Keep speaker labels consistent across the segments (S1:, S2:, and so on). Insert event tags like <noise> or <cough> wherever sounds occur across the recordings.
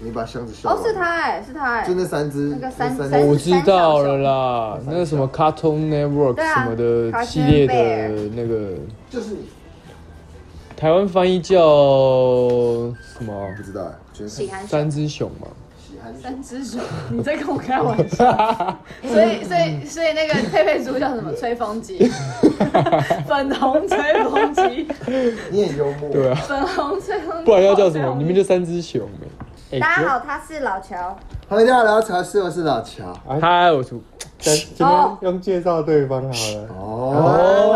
S1: 你把箱子修
S2: 哦，
S1: 完
S2: 是他哎，是他哎
S1: 就，那三只，
S2: 那个三
S1: 那
S2: 三
S1: 只
S2: 只
S3: 我知道了啦，那个什么 Cartoon Network
S2: 对啊
S3: 什么的
S2: Cartoon
S3: 系列
S2: Bear
S3: 的那个，
S1: 就是你
S3: 台湾翻译叫什么啊
S1: 不？知道哎，觉得是
S2: 喜寒熊
S3: 三只熊嘛。
S1: 喜憨熊
S4: 三只手， <laughs> 你在跟我开玩笑？所以，所以，所以那个佩佩猪叫什么？吹风
S3: <laughs>
S4: 机，粉红吹风机，
S1: 你很幽默，
S3: 对啊，
S4: 粉红吹风机，
S3: 不然要叫什
S2: 哦
S3: 么？你们就三只熊欸哎呗。
S2: 大家好，他是老乔，
S1: 欢迎大家来到茶室，我是老乔。
S3: 哎嗨，我是
S5: 但今
S4: 哦
S5: 天用介绍对方好了。
S1: 哦，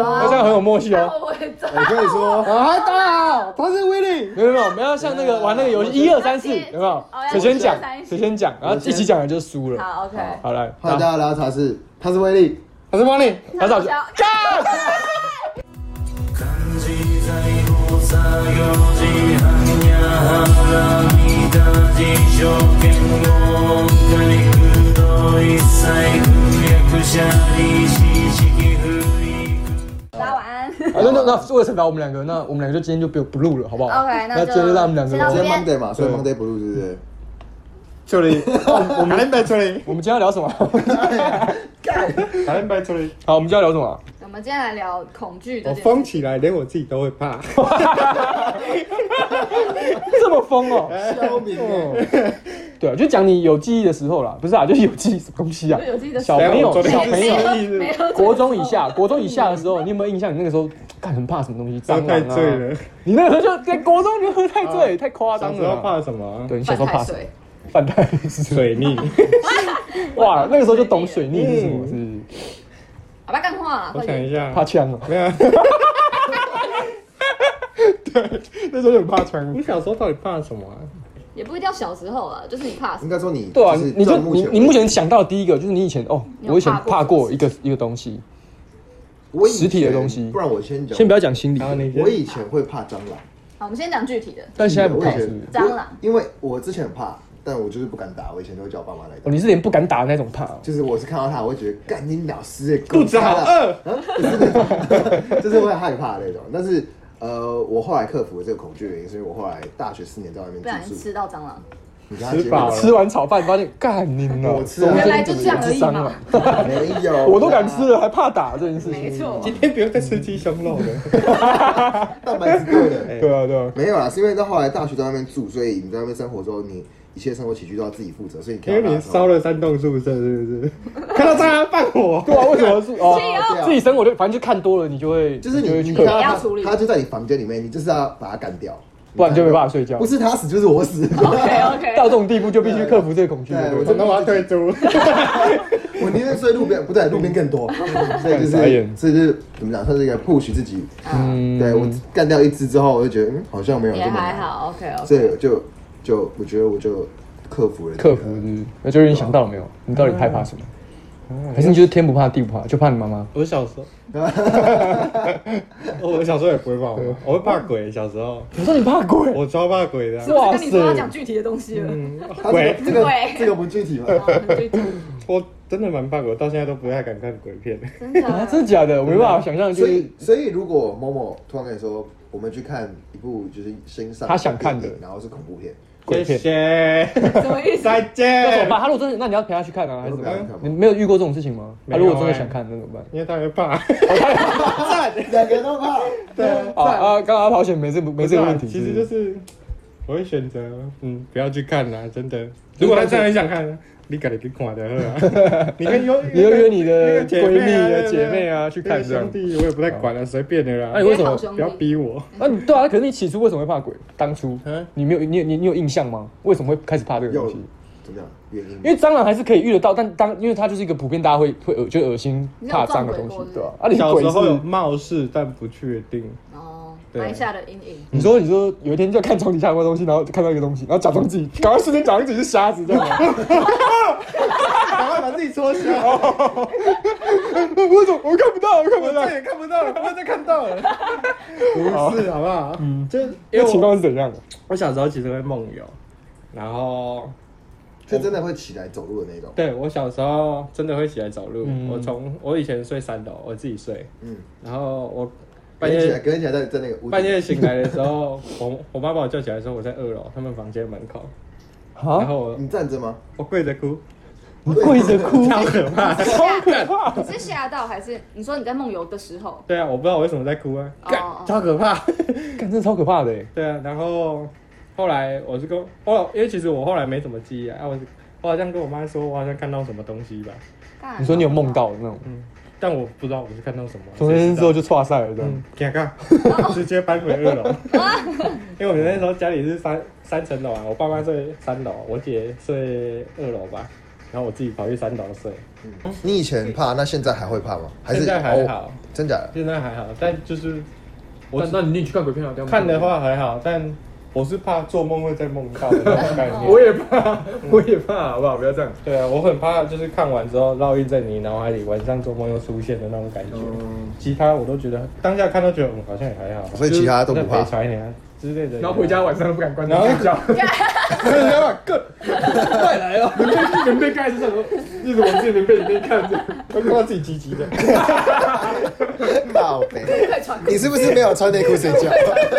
S3: 哦，那这样很有默契
S4: 看
S3: 哦。
S4: 我也在。
S1: 我跟你说，
S5: 啊，大家好，他是威利。
S3: 没有没有，没有像那个玩那个游戏一二三四，有没有
S4: 哦？
S3: 谁先讲
S4: 要一二三？四
S3: 谁先讲？然后一起讲了就输了。
S4: 好，OK。
S3: 好来，
S1: 欢迎大家来到茶室，他是威力，
S5: 我是 Money，
S3: 打扫去。
S2: 大家晚安。
S3: 啊那那那为了惩罚我们两个，那我们两个就今天就不不录了，好不好
S2: OK，那
S3: 那
S2: 就
S3: 今天就让我们两
S2: 先到
S3: 个
S2: 这
S1: 今
S2: 边
S3: 录。
S1: 天 Monday 嘛，所以
S3: 对
S1: Monday 不录对不对？
S5: <laughs> 处理，我们白处理，
S3: 我们今天要聊什么？
S5: 马上白处理。
S3: 好，我们今天要聊什么？
S4: 我们今天来聊恐惧这
S3: 哦
S5: 我
S4: 件
S5: 疯
S4: 事。
S5: 起来，连我自己都会怕。
S3: 这么疯哦！
S1: 肖
S5: <laughs>
S1: 明
S3: 嗯 <laughs> 对啊，就讲你有记忆的时候啦，不是啊，就是有记忆什么东西啊
S4: 就？ <laughs> 有自己的
S3: 小朋友，
S5: 等一下
S3: 小
S5: 我昨
S3: 朋
S5: 天
S3: 友，
S5: 没
S4: 没
S5: 有
S4: 有
S3: 国中以下，国中以下的时候，你有没有印象？你那个时候看很怕什么东西？蟑螂啊
S5: 太醉了，
S3: 你那个时候就在国中你就喝太醉，太夸
S5: 小
S3: 张
S5: 时候
S3: 了啊。
S5: 怕什么？
S3: 对，你小
S4: 犯
S3: 时候怕
S4: 太
S3: 什么
S4: 岁，
S3: 犯太
S4: <laughs>
S3: 岁。
S5: 水逆。
S3: 哇，那个时候就懂水逆是什么，是
S4: 好吧，干话啦，
S5: <laughs> 我
S4: 快
S5: 想
S4: 点。
S5: 一下，
S3: 怕枪哦。
S5: 没 <laughs> 有。对，那时候很怕枪。你小时候到底怕什么啊？
S4: 也不一定要小时候啊，就是你怕什
S1: 应
S4: 么？
S1: 该说你
S3: 对啊，
S1: 是
S3: 你就
S1: 到目
S3: 你
S1: 前
S3: 你目前想到的第一个就是你以前哦，
S4: 你有
S3: 我以前
S4: 怕过
S3: 怕过
S4: 什么
S3: 一个一个东西，
S1: 我以前
S3: 实体的东西
S1: 不然我先讲，
S3: 先不要讲心理
S5: 然，后你
S1: 我以前会怕蟑螂，
S4: 好，我们先讲具体的。
S3: 但现在不
S1: 我以
S3: 怕
S1: 前
S3: 是不是？
S4: 蟑螂
S1: 因为我之前很怕，但我就是不敢打，我以前都会叫我爸妈来打
S3: 哦，。你是连不敢打的那种怕哦。
S1: 就是我是看到它，我会觉得干你老师欸
S5: 肚子好，饿，
S1: 嗯就是 <laughs> 会害怕那种。但是呃，我后来克服了这个恐惧的原因，是因为我后来大学四年在外面
S4: 不小心
S1: 住宿，
S4: 吃到蟑螂，
S1: 你跟他
S5: 吃
S1: 结
S5: 饱
S1: 婚
S3: <laughs>
S5: 了
S3: 吃完炒饭发现干你了，
S1: 我吃啊
S4: 原来就这样而已嘛
S3: 中间怎么有一只蟑螂
S1: 没有，
S3: 我都敢吃，了，还怕打这件事情？
S4: 没错。
S5: 今天不用再吃鸡胸肉了。
S1: 蛋白质够的。
S3: 对啊，对
S5: <laughs>
S3: 啊，
S1: 没有啦，是因为到后来大学在外面住，所以你在外面生活之后，你一切生活起居都要自己负责，所以你
S5: 因为你烧
S1: 了，
S5: 了三栋宿舍，是不 <laughs> 是？看到蟑螂放火，
S3: 对啊，为什么是哦？
S1: 对啊
S3: 自己生活就反正就看多了，你就会
S1: 就是你
S3: 就会
S1: 你
S3: 去
S1: 看
S3: 克
S1: 到
S4: 也
S1: 它
S4: 要处理
S1: 它就在你房间里面，你就是要把它干掉，
S3: 不然就没办
S1: 法。
S3: 法睡觉
S1: 不。是它死就是我死，
S4: OK
S3: <laughs> 到
S4: OK。
S3: 这种地步就必须克服这个恐惧，
S1: 对
S3: 对不
S1: 我
S3: 对
S1: 真
S5: 我他妈退租。
S1: 我宁愿睡路边，不对，路边更多，所以就
S3: 嗯傻
S1: 是
S3: 眼
S1: 这就是怎么讲，算是一个 push 自己。
S3: 嗯，
S1: 对我干掉一只之后，我就觉得嗯，好像没有
S4: 啊也
S1: 这么
S4: 还
S1: 难，
S4: 好，OK OK。
S1: 所以就就我觉得我就克服了这
S3: 克
S1: 个
S3: 服是不是那就是你想到了没有？你到底害怕什么？
S1: 嗯
S3: 还是你就是天不怕地不怕，就怕你妈妈？
S5: 我小时
S3: <laughs>
S5: 候，哦我小时候也不会怕我，我会怕鬼。小时
S3: <laughs>
S5: 候，
S3: 你说你怕鬼？
S5: 我超怕鬼的。
S3: 哇
S4: 跟你说要讲
S3: 塞！
S4: 具体的东西了，
S1: 它
S5: 鬼
S1: 这个
S4: 鬼
S1: 这个不具体吧？
S3: 呃
S4: 好具体
S5: 我真的蛮怕鬼，我到现在都不太敢看鬼
S3: <laughs>
S5: 片。
S4: <laughs> 真
S3: 啊，
S4: 的。
S3: 真的假的？我没办法想象，就
S1: 所
S3: 是
S1: 以，所以如果某某突然跟你说，我们去看一部就是新上
S3: 他想看的
S1: 电影然后是恐怖
S3: <laughs>
S1: 片，
S3: 鬼
S5: 谢
S3: 片
S5: 谢，
S4: 什么意思？
S5: <laughs> 再
S3: 那怎么
S5: 见。
S3: 办？他如果真的，那你要陪他去看啊，还是怎么
S1: 我都
S3: 样
S1: 不敢？看
S3: 你没有遇过这种事情吗？
S5: 没
S3: 他
S5: 有
S3: 如果真的
S5: 欸
S3: 想看，那怎么办？
S5: 因为他会怕，
S1: 两个都怕。
S5: 对，
S3: 啊啊！刚刚保险没这没
S1: 啊
S3: 这个问题，
S5: 其实
S3: 不
S5: 就是我会选择，嗯，不要去看啦，真的。如果他真的很想看，你赶紧去看就好
S3: <laughs>
S5: 啊。你跟约，
S3: 你又约你
S5: 那
S3: 的
S5: 个姐
S3: 闺
S5: 妹啊
S3: 蜜的姐妹啊去
S5: 那
S3: 看
S5: 个
S3: 这样哦
S5: 兄。弟，我也不太管了，随便的啦。
S3: 那你为什么
S4: 好兄
S5: 不要
S4: 弟，
S3: <laughs>
S5: 逼我。
S3: 啊，你对啊，可是你起初为什么会怕鬼？当初
S5: 嗯
S3: 你没有你你你有印象吗？为什么会开始怕这个东
S1: 有
S3: 西？
S1: 怎么样？原因
S3: 因为蟑螂还是可以遇得到，但当因为它就是一个普遍大家会会恶觉得恶心
S4: 你有
S3: 怕
S4: 撞
S3: 脏的
S4: 鬼
S3: 东西
S5: 嗯
S4: 过是，不
S3: 对
S4: 是
S3: 啊，啊，你
S5: 小
S3: 鬼
S5: 时候有
S3: 是
S5: 貌似但不确定，
S4: 哦，
S5: 对
S4: 埋下的阴影。
S3: 你说你说有一天就看床底下有没有东西，然后看到一个东西，然后假装自
S5: <laughs>
S3: 己赶快瞬间假装自己是瞎子这样吗？
S5: 赶快把自己戳瞎，
S3: 我怎么我看不到我看不到？
S5: 也看不到了，不会再看到了。不是，好不好？嗯，就
S3: 因
S5: 因为
S3: 为情
S5: 我
S3: 况是怎样的？
S5: 我小时候其实会梦游，然后
S1: 是真的会起来走路的那种。
S5: 对我小时候真的会起来走路。
S3: 嗯
S5: 我从我以前睡三楼，我自己睡，
S1: 嗯，
S5: 然后我
S1: 隔
S5: 半
S1: 天起来，
S5: 夜。
S1: 隔天起来在在那个屋顶
S5: 半夜醒来的时候，我我妈把我叫起来说我在二楼他们房间门口，然
S6: 啊，
S5: 后我
S7: 你站着吗？
S5: 我跪着哭，
S6: 你跪着哭，
S5: 超可怕。
S6: 好可
S4: <laughs>
S6: 怕！
S8: 你是吓到还是你说你在梦游的时候？
S5: 对啊，我不知道我为什么在哭啊，
S8: 哦
S5: 干
S8: 哦
S5: 超可怕。
S6: 感真的超可怕
S3: 欸
S6: 的耶，
S5: 对啊，然后后来我是跟我后来，因为其实我后来没什么记忆啊，啊我是我好像跟我妈说，我好像看到什么东西吧，
S8: 干
S6: 你说你有梦？到的那种，
S5: 但我不知道我是看到什么。
S6: 从那
S5: 嗯谁
S6: 天
S5: 知
S6: 之
S5: 道
S6: 后就岔赛了，这样。
S5: 嗯，尴尬，直接搬回二楼。 <laughs> 因为我们那时候家里是三三层楼啊，我爸妈睡三楼，我姐睡二楼吧，然后我自己跑去三楼睡。
S1: 你以前怕，那现在还会怕吗？还是
S5: 现在还好，
S1: 哦真 <laughs> 假的？
S5: 现在还好，但就是我
S3: 那那你一定去看鬼片啊？等一下
S5: 看的，话还好，但我是怕做梦会再梦到的那种
S1: <laughs>
S5: 概念。
S3: 我也怕，我也怕，好不好？不要这样。
S5: 对啊，我很怕就是看完之后烙印在你脑海里，晚上做梦又出现的那种感觉。
S3: 哦
S5: 其他我都觉得当下看都觉得嗯好像也还好，
S1: 所以其他都不怕
S5: 就是那陪你啊之类的。哦
S3: 然后回家晚上都不敢关灯
S5: 然后
S3: 睡觉，
S5: 回家吧，更
S3: 快来 <laughs>
S5: 哦
S3: 了，棉被棉被盖着，一直往自己棉被里面看着。
S5: 都看到自己急急的。
S1: 靠北，
S8: 快传
S1: <laughs> 你是不是没有穿内裤睡觉？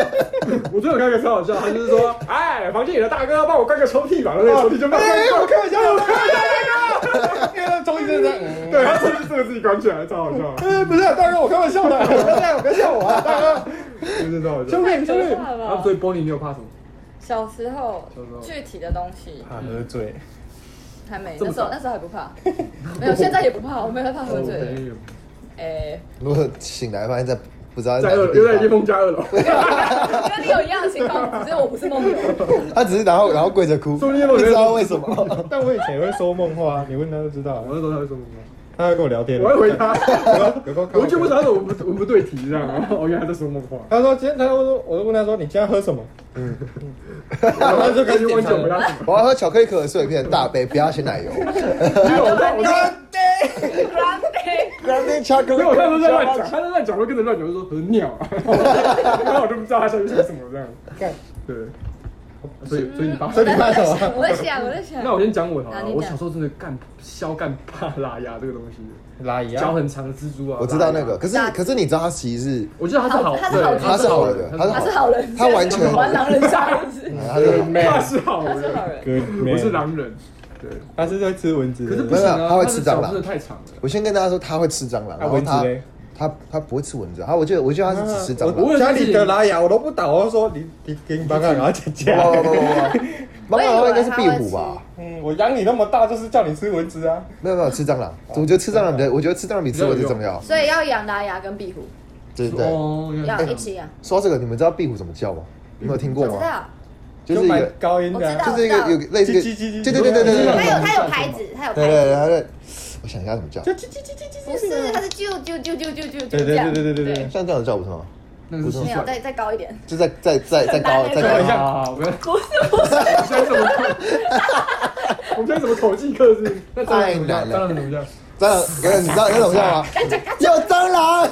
S1: <laughs>
S3: 我最后看一个超好笑，他就是说，哎，房间里的大哥哎帮我关个抽屉吧，然后那个抽屉就慢慢关，
S5: 开玩笑，哎我开玩笑，大哥，因为他抽一阵 <laughs> 在，嗯
S3: 对，他抽屉真的自己关起来，超好笑，
S5: 哎不是啊大哥，我开玩笑的，不要笑我啊，
S3: <laughs>
S5: 大哥，
S3: 真的超好笑。
S5: 兄弟兄弟，
S3: 然后啊所以波尼，你有怕什么？
S4: 小时候
S3: 小时候
S4: 具体的东西
S5: 怕喝醉，
S4: 还没，
S3: 这
S4: 那
S3: 么
S4: 时候
S3: 早哦
S4: 那时候还不怕，没有，现在也不怕，我没有怕喝醉的。
S3: 没有
S4: 哎，
S1: 如果醒来发现在不知道
S3: 在
S1: 哪
S3: 二
S1: 个
S3: 楼，又在
S1: 地
S3: 叶梦家二楼，
S4: 跟你有一样的情况，只是我不是梦游。
S1: 方，他啊只是然后然后跪着哭，
S3: 说不定我
S1: 不
S3: 觉得
S1: 知道为什么。
S5: 但我以前也会说梦话，你问他就知道
S3: 我那
S5: 了，
S3: 时候他会说什么？
S5: 他会跟我聊天，
S3: 我会回他，
S5: 有空看
S3: 我就不知道我们我们不对题，这样，然后 <laughs> 我原来在说梦话。
S5: 他说今天，他说我就问他说你今天喝什么？
S1: 啊
S3: 然后就开始问酒不要什么，
S1: 我要喝巧克力可可碎片大杯，不要鲜奶油。
S5: <laughs>
S3: 因为我在我在，
S1: Grande chocolate
S3: 因为我那时候在乱讲，他在乱讲，我跟着乱讲，我就说很鸟
S1: <laughs>
S3: 啊，然后我就不知道他下面讲什么这样。对，所以所以你爸，
S5: 所以你怕什么？
S4: 我在想，我在想，
S3: 那我先讲我的好
S4: 啊
S3: 了，
S4: 你讲
S3: 我小时候真的干削干怕拉牙这个东西，
S5: 拉一
S3: 脚 <laughs>
S5: 样。
S3: 很长的蜘蛛啊，
S1: 我知道那
S3: 拉
S1: 个，
S3: 牙，
S1: 可是可是你知道他其实是
S3: 我觉得他是好，
S4: 他是
S3: 对
S4: 好蜘蛛
S1: 他是好人的
S3: 他是
S4: 他
S3: 好
S4: 是好人，
S1: 他完全嗯
S4: 玩狼人杀是不是，
S1: 他是好
S3: 人，他是好
S4: 他是好
S3: 人，
S4: 人。
S5: Good
S3: 我是
S5: man，
S3: 狼人，对，
S5: 他是在吃蚊子
S3: 可是
S5: 的。
S3: 不行
S1: 没
S3: 啊，
S1: 有他会吃蟑螂
S3: 他的脚真的太长了。
S1: 我先跟大家说，他会吃蟑螂，
S5: 啊
S1: 然后
S5: 蚊子
S1: 他
S5: 嘞啊
S1: 他他不会吃蚊子，他我觉得我觉得他是
S4: 嗯
S1: 只吃蟑
S5: 我
S1: 螂。
S3: 我
S5: 我家里的拉牙我都不打，我就说你你给你帮看，然后姐姐。
S1: 不不不不不，妈妈应该是壁虎吧？
S5: <laughs> 嗯，我养你那么大就是叫你吃蚊子啊。
S1: 没有没有，吃蟑螂。我觉得吃蟑螂比较，我觉得吃蟑螂比吃蚊子重要。
S4: 所以要养达牙跟壁虎，
S1: 对对对。
S3: 哦，原来
S4: 要
S3: 是这
S4: 一
S3: 样
S4: 起养。
S1: 说到这个，你们知道壁虎怎么叫吗？你们有听过
S4: 我知
S1: 吗？
S4: 道，
S1: 就是一
S5: 蛮
S1: 个，
S5: 高音的啊，
S1: 就是一个有类似，对对对对对对
S4: 它
S1: 对
S4: 有它有牌子，它有牌
S1: 对，
S4: 子，
S1: 他在，我想一下怎么叫，
S5: 就叽叽叽叽叽
S4: 不
S5: 叽
S4: 是，
S5: 叽。
S4: 它是啾啾啾啾啾啾啾
S5: 对
S4: 这
S5: 对
S4: 样
S5: 对。对对对对。
S1: 像这样子叫不是吗？
S3: 那个是蟋
S4: 没有，
S3: 蟀。
S4: 再再高一
S1: <laughs>
S4: 点。
S1: 就再再再再高再
S3: 等
S1: 高
S3: 一
S1: 一下，
S3: 下，不是不是，我们现在什么口？我们现在什么口技课是？那蟑螂怎么样？蟑螂怎么样？
S1: 蟑螂，你知道那种叫吗？有蟑螂，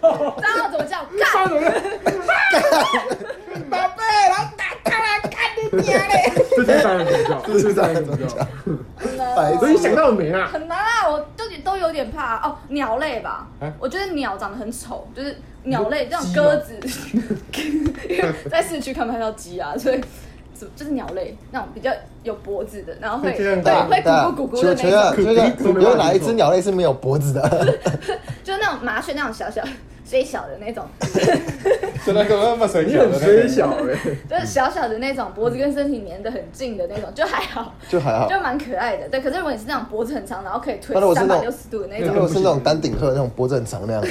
S4: 蟑螂怎么叫？
S3: 蟑
S4: 干！
S1: <laughs>
S3: 螂怎么样？
S4: 宝贝，然后打蟑螂，干你娘嘞！
S3: 这就是蟑螂怎么叫？这就是蟑螂怎么叫？
S1: 白
S3: 所以想到了没啊？
S4: 很难啊，我都都有点怕啊哦。鸟类吧
S5: 啊，
S4: 我觉得鸟长得很丑，就是鸟类这种鸽子，因
S1: 啊
S4: 为 <laughs> 在市区看不太到鸡啊，所以。就是鸟类那种比较有脖子的，然后会会会咕咕咕咕的那种，
S1: 有有哪一只鸟类是没有脖子的？
S4: 就是那种麻雀那种小小虽小的那种，
S5: 就那个那么水
S3: 你
S5: 饺
S3: 很
S5: 的
S3: 虽
S5: 那个。
S3: 小哎，
S4: 就是小小的那种，脖子跟身体粘得很近的那种，就还好，
S1: 就还好。
S4: 就蛮可爱的。对，可是如果你是那种脖子很长，然后可以推
S1: 啊那如果是
S4: 三
S1: 那
S4: 百
S1: 种
S4: 六十度的那
S1: 如
S4: 种，
S1: 果是那种丹顶鹤那种脖子很长那样，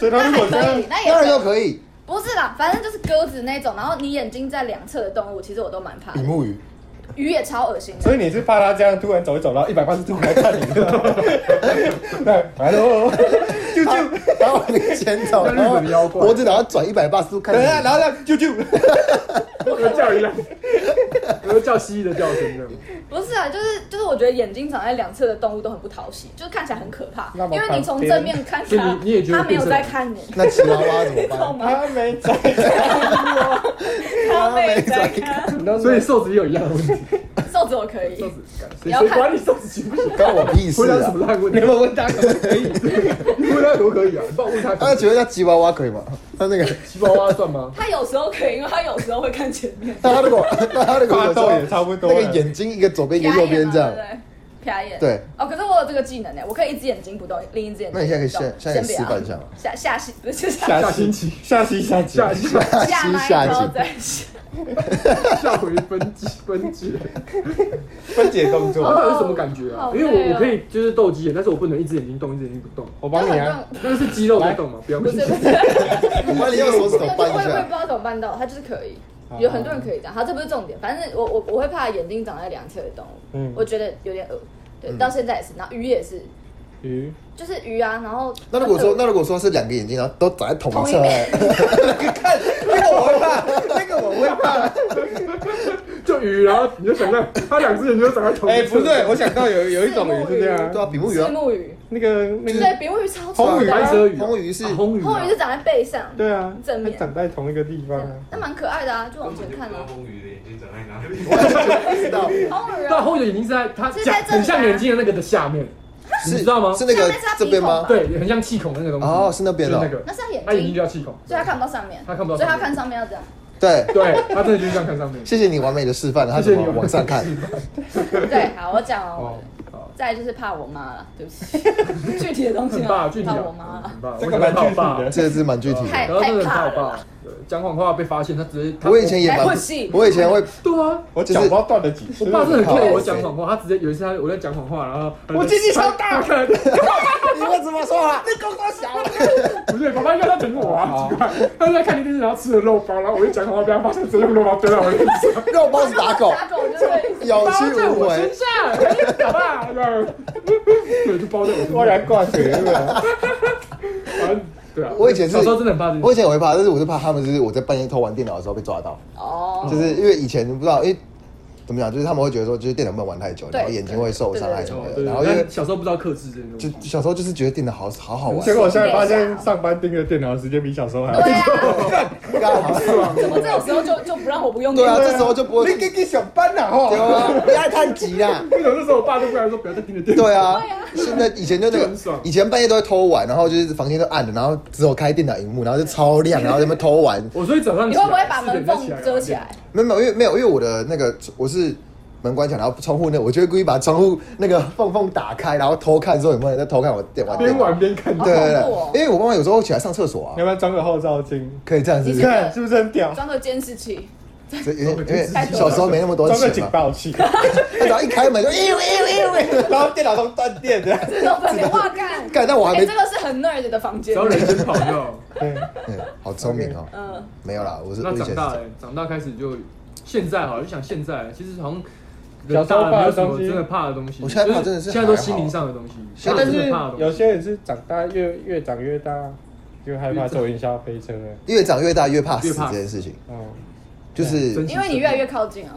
S5: 所以他
S4: 那
S5: 如
S4: 还
S5: 果这
S4: 可以
S5: 样，，
S4: 那也
S1: 当然
S4: 可
S1: 都
S4: 以
S1: 可以。
S4: 不是啦，反正就是鸽子那种，然后你眼睛在两侧的动物，其实我都蛮怕
S1: 比
S4: 的。
S1: 目鱼，
S4: 鱼也超恶心的，
S5: 所以你是怕他这样突然走一走，然后一百八十度来看你。对，
S3: 哎
S5: 来喽，啾啾，
S4: 哎
S1: 然后那个前
S5: <laughs>
S1: 头，然后脖子然后转一百八十度看
S5: 等一下，
S1: 你，
S5: 然后这样
S3: <laughs>
S5: 啾啾，
S3: 我叫一样，我叫蜥蜴的叫声这样。
S4: 不是啊，就是就是，我觉得眼睛长在两侧的动物都很不讨喜，就是看起来很可怕，
S5: 那么
S4: 因为你从
S5: 旁边
S4: 正面看
S3: 所以
S4: 它
S3: 你你也，觉得
S4: 它没有
S3: 变色
S4: 在
S1: <laughs>
S3: 龙
S4: 看你，
S1: 那吉娃娃怎么
S4: 你懂
S1: 办？
S4: 吗？
S3: 啊
S5: 他没在。
S4: <laughs> 它没在看，
S3: 所以瘦子也有一样的问题，
S4: 瘦子我可以，
S3: 瘦子干，
S4: 你
S3: 谁
S4: 要
S3: 谁
S4: 看
S3: 管你瘦子行不行？
S1: 关我屁
S3: 回
S1: 事
S3: 答
S1: 啊
S3: 什！么烂问题？你们问他可不可以？你问他可不可以啊？你帮我问他可不可
S1: 那
S3: 以，
S1: 请问一下吉娃娃可以吗？他那个，
S3: 皮包蛙算吗？
S4: 他有时候可以，因为他有时候会看前面，
S1: 那他如果，那他如果
S5: 发
S1: 有时
S5: 豆
S1: 候
S5: 也差不多
S1: 那
S5: 了。
S1: 个眼睛一个左边一个
S4: 瞟
S1: 右
S4: 一眼
S1: 边
S4: 嘛，
S1: 这
S4: 对
S1: 样
S4: 不，对？瞟一眼，
S1: 对。
S4: 哦，可是我有这个技能呢，我可以一只眼睛不动，另一只眼睛不
S1: 那
S4: 动。
S1: 你现在可以下现在可以
S4: 先不要
S1: 示范一下吗
S4: 下下戏不是下
S5: 下星期，下星期，下期，
S3: 下一下
S1: <laughs>
S4: 下麦，
S1: 下一
S4: 然后
S1: 集
S4: 再下。
S3: 下回分级分级，
S5: 分解动
S3: 他
S5: 作，
S3: 到底是什么感觉啊
S4: 哦好？累
S3: 因
S4: 哦
S3: 为我我可以就是斗鸡眼，但是我不能一只眼睛动，一只眼睛不动，
S5: 我帮你
S4: 这 <laughs>
S5: 啊。
S4: 种
S3: 那个是肌肉在动嘛？不要
S4: 不
S3: 问
S4: 是。不是，
S1: 我把你用手指头
S4: 对，我
S1: 扳
S4: 也我
S1: 一
S4: 也不
S1: 下
S4: 知。道怎么办到，他就是可以。有很多人可以这样，好，这不是重点，反正我我我会怕眼睛长在两侧的动物，
S5: 嗯
S4: 我觉得有点恶，对，到现在也是，然后鱼也是，
S5: 鱼，
S4: 就是鱼啊，然后
S1: 那如果说，那如果说是两个眼睛，然后都长在同
S4: 同一
S1: 侧，
S4: 面
S1: 看 <laughs> 那个我会怕，那个我会怕。
S3: 就鱼，然后你就想象他两只眼睛都长在同一
S5: 哎，
S3: 侧
S5: 不对，我想到有有一种鱼是这样
S1: 对
S5: 啊，
S1: 啊，比目鱼
S4: 是
S1: 啊，
S4: 木鱼，
S5: 那个那
S4: 对，
S5: 个，
S4: 比目鱼超
S5: 红
S4: 丑
S5: 鱼
S4: 的
S3: 白
S4: 啊，
S3: 蛇鱼啊，
S1: 红鱼是
S3: 啊红鱼啊，
S4: 红鱼是长在背上，
S5: 对啊，
S4: 正
S5: 它
S4: 面
S5: 长在同一个地方啊。
S4: 那蛮可爱的啊，就往前看啊，
S2: 红鱼的眼睛长在哪里？
S1: 知道
S4: 红鱼
S3: 但
S4: 啊，
S3: 后眼睛是在它
S4: 是
S3: 假
S4: 在这里啊哦
S3: 很像眼睛的那个的下面，你知道吗？
S1: 是那个
S4: 下面是它
S1: 这边吗
S4: 鼻？
S3: 对，很像气孔的那个东西。
S1: 哦，是那
S3: 就
S1: 边
S3: 是
S1: 哦
S3: 那，个，
S4: 那是他眼
S3: 它眼
S4: 睛
S3: 睛就，叫气孔，
S4: 所以他看不到上面，
S3: 它看不到
S4: 所以他
S3: 上面
S4: 看上面要这样，
S1: 对。
S3: 对，它真的就是这样看上面。
S4: <laughs>
S1: 谢谢你完美的示范了，他
S3: 谢
S1: 怎
S3: 谢你
S1: 么往上看？
S4: 对，好，我讲哦
S3: 哦，，好，
S4: 再来就是怕我妈了，对不起， <laughs> 具体的东西
S3: 很
S4: 啊
S3: 棒，具体
S4: 怕
S3: 啊
S4: 我妈了，
S3: 很棒，
S5: 这个蛮具体
S3: 我觉
S5: 的
S3: 得
S1: 这个字蛮具体
S3: 很好
S4: 太
S1: 的。
S3: 爸，然后真的很
S4: 太怕
S3: 好
S4: 了
S3: 爸，对，讲谎话被发现，他直接他
S1: 我以前也蛮
S4: 还会戏，
S1: 我以前会
S3: 对啊，
S5: 我脚不知道断了几次。
S3: 我爸是很
S1: 靠
S3: 对我讲谎话，他直接有一次他我在讲谎话，然后
S5: 我鸡鸡超大
S3: 他看
S1: 你为什么说啊？ <laughs> 那狗狗小。
S3: 不对，爸爸应该在整我啊，奇怪，他在看电视，然后吃了肉包，然后我就讲谎话被他发现，直接用肉包丢到我的脸上，
S1: 肉包子打狗，
S4: 打狗就会。
S1: 有
S3: 包在
S1: 去无
S3: 我身
S1: 回。
S3: 上，哎打吧，这样，对，就包在我身上，
S5: 我然挂水了，
S3: 反正对啊，
S1: 我以前是
S3: 小时候真的很怕这
S1: 我以
S3: 些，
S1: 前也会怕，但是我是怕他们就是我在半夜偷玩电脑的时候被抓到，
S4: 哦，
S1: 就是因为以前不知道，因为怎么讲，就是他们会觉得说，就是电脑不能玩太久，
S4: 对
S1: 然后眼睛会受伤害什么的。
S3: 对
S1: 然后因为
S3: 但小时候不知道克制这些东
S1: 就
S3: 西。
S1: 小时候就是觉得电脑好好好玩，
S5: 结果我现在发现上班盯着电脑的时间比小时候还要
S4: 对啊，
S1: 干好爽。
S4: 怎么这种时候就就不让我不用
S1: 对
S4: 电
S1: 啊，
S4: 脑？
S1: 这时候就不会。
S5: 给给小班了
S1: 对
S5: 哈。
S1: 啊，不要太急啦。
S3: 为什么那时候我爸就不然说不要再盯着电
S1: <laughs>
S3: 视？
S1: 对啊，现在以前就那
S3: 就
S1: 个
S3: 很爽，
S1: 以前半夜都会偷玩，然后就是房间都暗的，然后只有开电脑荧幕，然后就超亮，然后在那边偷玩。
S3: 我所以早上
S4: 你
S3: 起
S4: 会
S3: 来
S4: 不会把门缝
S3: 四点就
S4: 遮
S3: 来
S4: 起来？
S1: 没有没有，因为没有，因为我的那个我是门关起来，然后窗户那我就会故意把窗户那个缝缝打开，然后偷看说有没有人在偷看我电玩电
S3: 边
S1: 脑。
S3: 玩边看
S4: 好
S1: 对对
S4: 恐怖哦
S1: 对，因为我妈妈有时候起来上厕所啊
S5: 要，不要装个后照镜？
S1: 可以这样子，
S4: 你
S1: 是
S5: 你
S1: 不
S5: 看是不是很屌？
S4: 装个监视器，
S1: 是这有点因为
S4: 太多了
S1: 小时候没那么多
S5: 装个
S1: 钱啊
S5: 警
S1: 嘛，
S5: 报器，
S1: 她只要一开门就哎呦哎呦哎呦哎呦，
S5: 然后电脑都断电的。
S4: 这种分别 <laughs> 哇干！
S1: 干，但我还
S4: 哎，
S1: 没
S4: 这，个是很 nerd 的房
S3: 只
S4: 间
S3: 要。人先跑就好。
S5: 哎
S1: 嗯，好聪明哦，
S4: 嗯，
S1: 没有啦，我是我
S3: 那
S1: 以前是
S3: 长
S1: 这
S3: 大
S1: 样 <laughs>
S3: 了，长大开始就现在好了，就想现在其实好像
S5: 小
S3: 人
S5: 时候
S3: 大了没有
S5: 怕的
S3: 什
S5: 东
S3: 么
S5: 西
S3: 真的怕的东西。
S1: 我现在怕真的是
S3: 就现在都
S1: 还好
S3: 心灵上的东西，
S1: 现在
S5: 但
S3: 真
S5: 是
S3: 的怕的
S5: 有
S3: 东西。
S5: 些人是长大越越长越大，越害怕坐云霄飞车了。
S1: 越长越大越怕死
S3: 越怕
S1: 这件事情，
S5: 哦，
S1: 就是
S3: 真
S4: 因为你越来越靠近啊，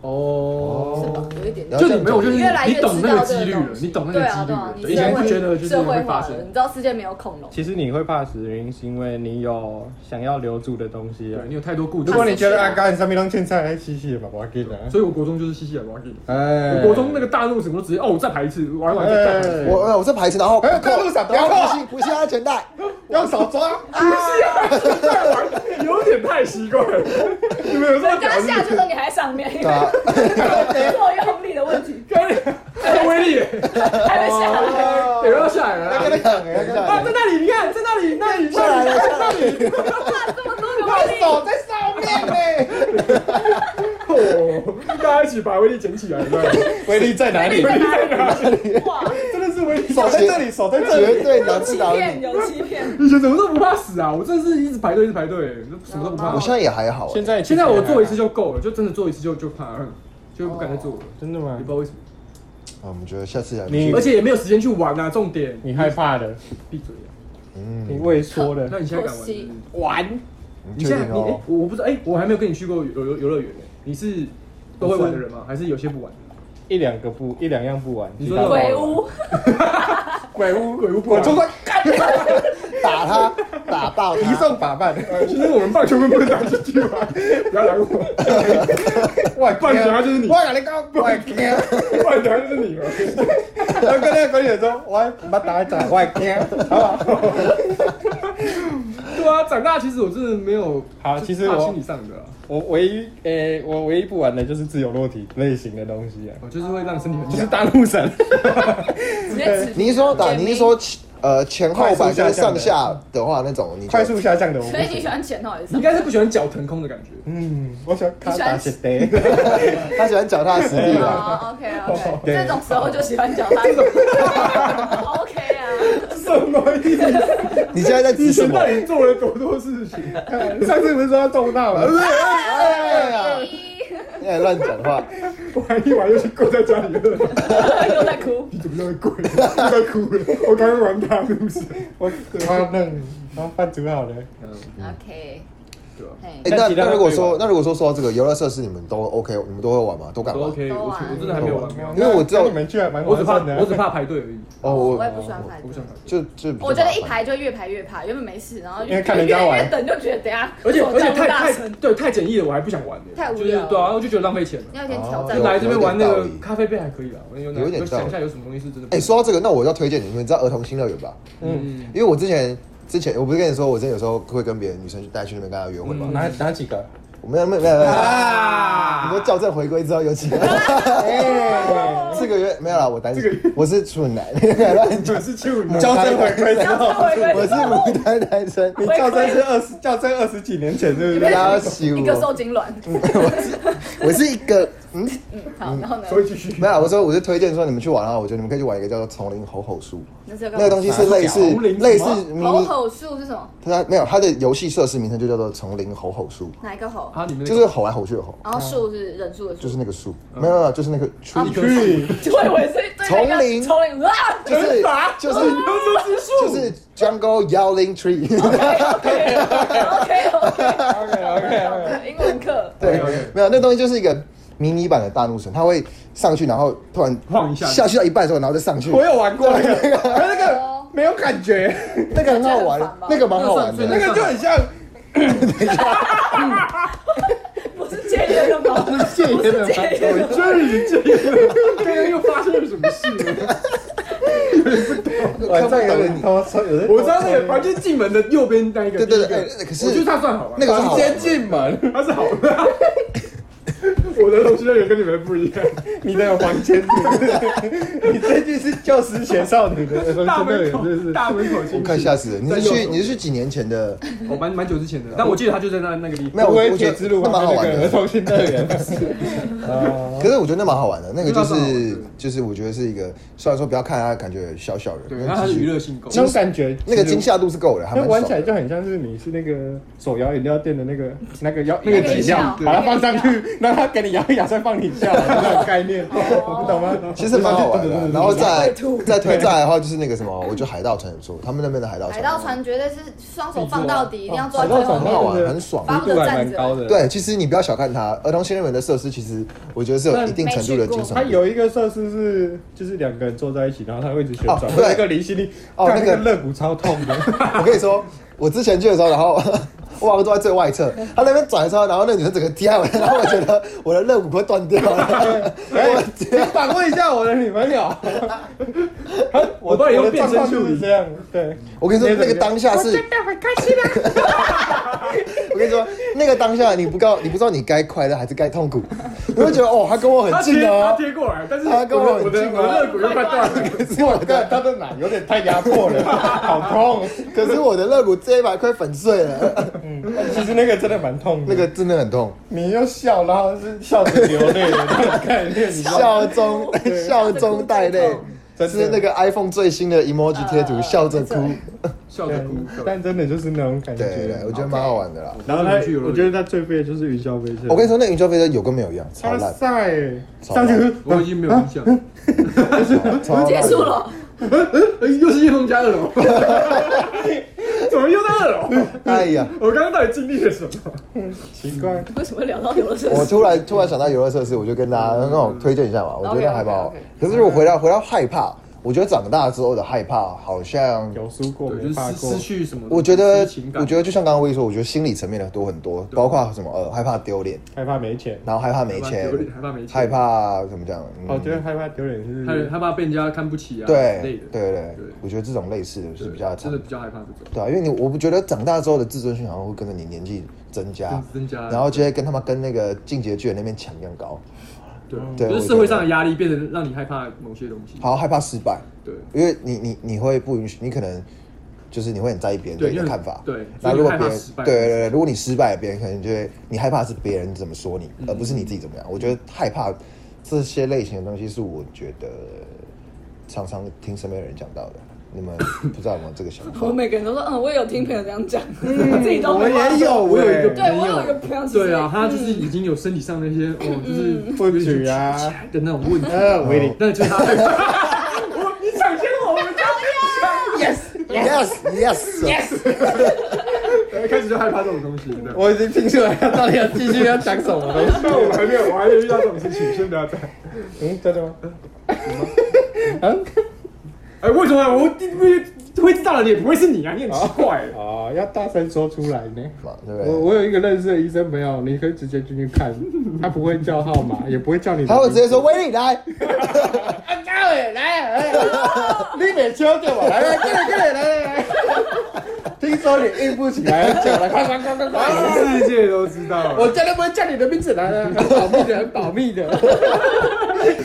S3: 哦，
S4: 是吧？有一点点。
S1: 了
S3: 就
S1: 解
S3: 你没有，就是
S4: 你越来
S3: 你
S4: 越
S3: 懂
S4: 知
S3: 那
S4: 道
S3: 个
S4: 这
S3: 几率
S4: 个
S3: 了
S4: 东，西，
S3: 你懂那
S4: 对
S3: 个
S4: 啊，对啊，
S3: 几
S4: 你
S3: 率
S4: 社
S3: 了。以前
S4: 会
S3: 不觉得就是
S4: 社
S3: 会
S4: 会
S3: 发
S4: 化
S3: 生
S4: 了，，你知道世界没有恐龙，
S5: 其实你会怕死的原因是因为你有想要留住的东西啊
S3: 对。你有太多顾忌
S5: 如。果你觉得啊，干上面弄青菜来洗洗吧，我给的。
S3: 所以我国中就是嘻嘻的玩给你。
S5: 哎
S3: 我国中那个大怒什么都直接哦，我再排一次，玩完再排一次。
S5: 哎
S1: 我我在排成，然后
S5: 哎
S1: 不扣
S5: 在路上不
S1: 然
S5: 要
S1: 后不
S5: 扣
S1: 系不系安全带，
S5: 用手抓，
S3: <laughs> 有点太习惯了。你们有时候
S4: 人
S3: 讲
S4: 家
S3: 是
S4: 下去的时候你还在上面，因
S1: 对啊
S4: 为，作用力的问题，
S3: 太威力，
S4: 还没下来。
S3: 也要下来了啊。啊，在那里，你看，在那里，那里，那里，那里，
S5: 手
S4: 哦
S5: 在上面呢。
S3: 哦， <laughs> 大家一起把威力捡起来，对不对
S5: 威力在哪里？
S4: 哇，
S3: 真的是威力。
S5: 手在这里，手在这
S1: 绝
S5: 里。
S1: 对难不
S4: 欺
S1: 倒
S4: 骗
S1: 你。
S4: 有欺骗，
S3: <laughs> 以前怎么都不怕死啊！我真的是一直排队，一直排队，什么都不怕
S1: 我。现在也还好，
S5: 现在
S3: 现在我
S5: 啊
S3: 做一次就够了，就真的做一次就就怕了，就不敢再做了。
S5: 真的
S3: 也
S5: 吗
S3: 不知？道为什么，
S1: 啊我们觉得下次来
S5: 你
S3: 而且也没有时间去玩啊。重点，
S5: 你害怕的，
S3: 闭嘴啊！
S1: 嗯，
S5: 你畏缩的
S3: 那。你现在敢玩
S4: 可惜？
S3: 玩。
S1: 你
S3: 你
S1: 确
S3: 现在
S1: 定
S3: 你
S1: 哦
S3: 哎，？我我不知道哎，我还没有跟你去过游游游乐园呢。你是都会玩的人吗？还是有些不玩？
S5: 一两个不，一两样不玩。
S3: 你说那种
S4: 鬼屋
S3: 鬼屋，鬼屋不
S5: 我
S3: 玩。
S5: 做过，
S1: 打他，打爆
S3: 移
S1: 他。
S3: 送法
S5: <laughs>
S3: 办。其实我们棒球队不能打进去吧？不要拦我， <laughs> 哇，棒球他就是你，
S1: 我跟你讲，我惊，
S3: 棒球他就是你嘛。
S5: 我跟那个朋友说，我把打一掌，我惊， <laughs> 好不好？
S3: 对啊，长大其实我真的没有
S5: 好
S3: 就
S5: 其实
S3: 怕
S5: 我
S3: 心理上的啊，
S5: 我唯一诶、我唯一不玩的就是自由落体类型的东 <laughs> 西啊，
S3: 我哦就是会让身体很
S5: 就是大陆 <laughs> 神，
S4: 直接指
S1: 你是说打，你是说呃前后摆跟上下的话那种，你就
S5: 快速下降的我不
S4: 所以你喜
S5: 行。
S4: 欢前头还是
S3: 你
S4: 上
S3: 应？该是不喜欢脚腾空的感觉。
S5: 嗯，我喜欢卡
S4: 你喜
S5: 打
S4: 欢
S5: 鞋带，
S1: 他喜欢脚踏实地啊。
S4: 哦，OK OK，
S5: 对
S4: 这种时候就喜欢脚踏车 <laughs> ，OK 啊，
S5: 什么意 <laughs> 思？
S1: 你现在在指
S3: 以
S1: 什
S3: 前
S1: 么
S3: 到？底做了多多事情？
S5: 上次不是说要动 <laughs> 到吗？
S1: 哎呀，你还乱讲话。
S3: 我还一玩游戏跪在家里了，
S4: 又在哭，
S3: 你怎么又
S5: <laughs>
S3: 在跪？又在哭了。我刚刚玩大怒神，
S5: 我我嫩，然后饭煮好了。
S4: OK，
S1: 哎、
S4: 对，
S1: 那
S5: 但其他
S1: 那
S5: 都
S1: 如果
S5: 可以
S1: 说
S5: 玩
S1: 那如果说说到这个游乐设施，你们都 OK，你们都会玩吗？都敢
S3: 都
S1: 玩？
S3: OK，
S4: 都
S3: 我
S4: 玩
S3: 我真的还没有玩，没有玩
S1: 因为我知道
S5: 跟你们去还蛮
S3: 我只
S5: 划
S3: 怕
S5: 算的啊。
S3: 我只怕排队而已。
S1: 哦，
S4: 我也不喜欢排
S3: 我不
S4: 队
S3: 想。排队。
S1: 就就比较
S4: 我觉得
S1: 麻
S4: 一
S1: 烦
S4: 排就越排越怕，原本没事，然后
S5: 因为看人家玩
S4: 越越等就觉得等下
S3: 而且而且太
S4: 大
S3: 太
S4: 声，
S3: 对太简易了，我还不想玩呢、
S4: 太无
S3: 就是
S4: 聊了
S3: 对啊，我就觉得浪费钱了。
S4: 要有点挑
S1: 哦
S4: 战
S3: 就。来这边玩那
S1: 有
S3: 个
S1: 点道理
S3: 咖啡杯还可以啊，我有
S1: 有点道理
S3: 就想一下有什么东西是真的不。
S1: 哎、说到这个，那我要推荐你，你们知道儿童新乐园吧？
S3: 嗯，
S1: 因为我之前之前我不是跟你说，我之前有时候会跟别的女生带去那边跟她约会吗？
S5: 哪哪几个？
S4: 嗯
S1: 我没有没有没有没有，
S3: 啊
S1: 你说校正回归之后有几
S3: <laughs>
S1: 个？
S3: 哎
S1: <laughs> 这个月没有啦，我担心，我是处男， <laughs> 乱讲。
S5: 是去校正回归之后，
S1: 我是牡丹单身，
S5: 你校正是二十，校正二十几年前是不
S1: 不
S5: 是？
S1: 要羞
S4: <laughs> 一个受
S1: 我，
S4: 精卵，
S1: 哦我是一个嗯，
S4: 嗯，好，然后呢？
S3: 所以继续。
S1: 没有啦，我说我是推荐说你们去玩啊，我觉得你们可以去玩一个叫做丛林吼吼术，
S4: 那是要干
S1: 那个东
S4: 嘛
S1: 西是类似
S3: 丛林什么啊
S1: 类似迷
S4: 吼
S1: 你，
S4: 吼术是什么？
S1: 它没有它的游戏设施名称就叫做丛林吼吼术，
S4: 哪一个吼？
S3: 啊，你们
S1: 就是吼来吼去的吼，
S4: 然后术是人数的数，
S1: 就是那个树，没有没有，就是那个树，
S5: 去，
S4: 我以为是 <laughs> 对那个
S1: 丛林
S4: 丛林啊，
S1: 就是就是就是 Jungle Yelling Tree，
S4: OK OK，
S5: OK，OK，OK
S4: 英文课
S1: 对，没有那东西就是一个。迷你版的大怒神，它会上去，然后突然
S3: 晃一下
S1: 下去到一半的时候，然后再上去。
S5: 我有玩过那个，可是那个
S4: 哦
S5: 没有感觉，
S1: 那个很好玩
S4: 这样很烦吧，
S1: 那个蛮好玩的。
S3: 那
S5: 那个就很像
S4: 不是戒烟的吗？
S5: 戒烟的感觉。
S3: 刚刚又发生了什么事呢？
S5: 晚上有人偷抽，有人
S3: <laughs> 我知道那个房间进门的右边那一
S1: 对
S3: 个，
S1: 对
S3: 第一
S1: 对
S3: 个，
S1: 哎可
S3: 我觉得
S1: 是
S3: 它算好玩，
S1: 那个是好
S5: 房
S1: 玩
S5: 间
S1: 的
S5: 进门，
S3: 它是好的。我的同学也跟你们不一样，
S5: 你那有房间进门，你这句是教师前少女的东
S3: 大
S5: 西，那
S3: 门
S5: 有真
S3: 口
S5: 是。
S3: 大门口
S1: 我
S3: 进去，
S1: 快吓死了！你是
S3: 在
S1: 去
S3: 右手
S1: 你是去几年前的？
S3: 我哦蛮蛮久之前的，但我记得他就在那那个地
S1: 没
S3: 方。
S1: 有，我
S5: 威
S1: 我觉
S5: 铁
S1: 得
S5: 之路
S1: 那蛮
S5: 旁
S1: 好玩
S5: 边那个儿
S1: 的。
S5: 童新乐园，
S1: 可是我觉得那蛮好玩的，那个就
S3: 那蛮好
S1: 是
S3: 玩的
S1: 就是我觉得是一个，虽然说不要看它感觉小小的，
S3: 对，
S1: 但
S3: 然后它
S1: 其
S3: 是
S1: 实
S3: 娱乐性够。
S5: 那种感觉
S1: 那个惊，吓度是够的，还
S5: 那
S1: 蛮爽
S5: 玩起来就
S1: 的。
S5: 很像是你是那个手摇饮料店的那个 <laughs> 那个摇
S3: 那个
S5: 饮
S3: 饮料
S5: 料，把它放上去，让它给你摇一摇，再放你下来，那种概念，你懂吗？
S1: 其实蛮好玩的，啊然后再
S4: 会吐
S1: 再推再来的话，就是那个什么，我觉得海盗船也不错，他们那边的海盗船，
S4: 海盗船绝对是双手放到底，一定要抓
S5: 海
S4: 最
S5: 盗
S4: 后
S5: 船
S1: 很好
S4: 面。
S1: 玩，很爽。
S4: 八
S5: 难度还蛮高的。，
S1: 对，其实你不要小看它，儿童新乐园的设施其实我觉得是有一定程度的精神。
S5: 它有一个设施是，就是两个人坐在一起，然后它会一直旋转
S1: 哦，对
S5: 那个离心力，
S1: 哦
S5: 干
S1: 那
S5: 那
S1: 个
S5: 个肋骨超痛
S1: <laughs>
S5: 的。
S1: 我跟你说，我之前去的时候，然后 <laughs> 我好像坐在最外侧，他那边转的时候，然后那个女生整个踢我，然后我觉得我的肋骨快断掉了。
S5: 哎，
S1: 啊
S5: 你访问一下我的女朋
S1: <laughs>
S5: 友，
S3: 我帮你用
S5: 的
S3: 变
S5: 状
S3: 身
S5: 况就
S3: 术
S5: 是
S3: 语，
S5: 这样，对。
S1: 我跟你说，那个当下是，
S8: 的很开心啊！
S1: <laughs> 我跟你说，那个当下你不告，你不知道你该快乐还是该痛苦，你会觉得哦，他跟我
S3: 他
S1: 很
S3: 贴
S1: 近
S3: 他
S1: 哦，
S3: 贴过来，但是
S1: 他跟我很
S3: 我的
S1: 近
S3: 我的
S1: 哦
S3: 肋骨又快断了。
S1: 可是我
S5: 对，
S1: 的，
S5: 他的奶有点太压迫了，好
S1: <laughs>
S5: 痛。
S1: 可是我的肋骨这一排快粉碎了，
S5: 其实那个真的蛮痛
S1: 那
S5: 的。
S1: 个真的很痛。
S5: 你又笑，然后是笑着流泪的那种概念，你知道吗？
S1: <laughs> 笑中笑中带泪，
S5: 真的
S1: 是那个 iPhone 最新的 emoji 贴图，笑着哭。
S3: 笑着哭。
S5: 但真的就是那种感
S1: 对对对，
S5: 觉
S1: 我。觉得蛮好玩的啦。
S5: 然后他
S3: 我觉得很具有，
S5: 我觉得他最废的就是云霄飞车。
S1: 我跟你说，那个云霄飞车有跟没有一样，超
S5: 哇
S1: 烂，
S5: 塞，
S1: 超
S5: 欸上去
S1: 烂
S5: 就
S3: 我已经没有印象，了。
S1: 超烂。
S4: 结束了，
S3: 哎又是叶枫家二楼， <laughs> 怎么又在二楼？
S1: 哎呀，
S3: 我刚刚到底经历了什么？
S5: 奇怪，
S4: 为什么聊到游乐设
S1: 我
S4: 施？
S1: 突然突然想到游乐设施，我就跟大家那种推荐一下嘛，我觉得还蛮好
S4: OK，OK，OK。
S1: 可是如果回到回到害怕，我觉得长大之后的害怕好像
S5: 有输过，
S3: 对，
S5: 没
S3: 就是
S5: 怕
S3: 失
S5: 过
S3: 失。去什么？
S1: 我觉得
S3: 失去情，感
S1: 我觉得就像刚刚我也说，我觉得心理层面的多很多，包括什么呃害怕丢脸，
S5: 害怕没钱，
S1: 然后害怕没钱
S3: 害怕丢脸害怕没，钱哦
S1: 害怕怎么讲？嗯
S5: 哦我觉得害怕丢脸
S3: 害
S5: 是
S3: 害怕被人家看不起啊，
S1: 对
S3: 之类的，
S1: 对对
S3: 对
S1: 对，我觉得这种类似的
S3: 对
S1: 是比较
S3: 真
S1: 常
S3: 的比较害怕这种。
S1: 对啊，因为你我不觉得长大之后的自尊心好像会跟着你年纪增加，
S3: 增加
S1: 啊然后就会跟他们跟那个进阶巨人那边抢一样高，
S3: 对，
S1: 对
S3: 就
S1: 我
S3: 是
S1: 觉
S3: 社会
S1: 得
S3: 上的压力变成让你害怕某些东西。
S1: 好害怕失败，
S3: 对，
S1: 因为你你你会不允许，你可能就是你会很在意别人
S3: 对
S1: 对你的
S3: 因为
S1: 看法，
S3: 对
S1: 那
S3: 就是
S1: 如果
S3: 害怕
S1: 别人
S3: 失败
S1: 对对对，如果你失败，别人可能就会你害怕是别人怎么说你，
S3: 嗯
S1: 而不是你自己怎么样。我觉得害怕这些类型的东西是我觉得常常听身边的人讲到的，你们不知道有没有这个想法？
S4: <laughs> 我每个人都说，嗯，我也有听朋友这样讲，我自己都
S7: 我
S4: 没有。
S7: 也有，我有一个
S4: 对，我有一个朋友其实，
S3: 对啊，他就是已经有身体上那些哦，就是
S5: 不举啊，
S3: 的那种问题，
S5: 呃，威力
S3: 那就是他害怕。
S1: Yes, yes, yes！
S3: 一 <laughs> 开始就害怕这种东西。对
S5: 我已经听出来他到底要继续要讲什么了。
S3: 但我还没有，我还没有遇到这种事情，先不要讲。
S5: 嗯，真的吗？
S3: <laughs> 哎，为什么我会会知道的你也不会是你啊？你很奇怪。
S5: 哦，要大声说出来呢。
S1: 嘛，对不
S5: 我
S1: 对？
S5: 我有一个认识的医生朋友，你可以直接进去看，他不会叫号码，也不会叫你的名字。
S1: 他会直接说：“威力来，
S5: 你别敲掉我，来来，过来过来，来来来。听说你硬不起来，叫来，快快快快快！
S3: <laughs> 全世界都知道
S5: 我绝对不会叫你的名字来的，很保密的，很保密的。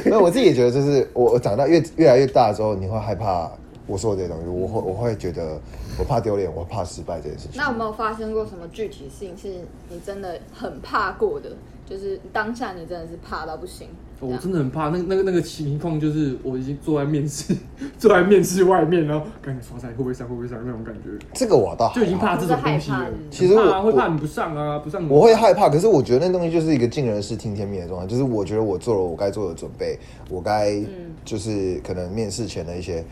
S1: 没有，我自己也觉得，就是我我长大越越来越大之后，你会害怕我说的这些东西，我会我会觉得我怕丢脸，我怕失败这件事情。
S8: 那有没有发生过什么具体性是你真的很怕过的？就是当下你真的是怕到不行。
S3: <laughs> 我真的很怕那那个那个情况，就是我已经坐在面试，坐在面试外面，然后赶紧刷菜，会不会上，会不会上那种感觉，
S1: 这个我倒还
S3: 就已经
S1: 好
S3: 怕这种东西
S8: 就是害怕
S3: 了
S8: 嗯。
S1: 其实我
S3: 怕啊会怕
S1: 我
S3: 你不上啊，不上
S1: 我会害怕，可是我觉得那东西就是一个尽人事听天命的状态，就是我觉得我做了我该做的准备，我该就是可能面试前的一些，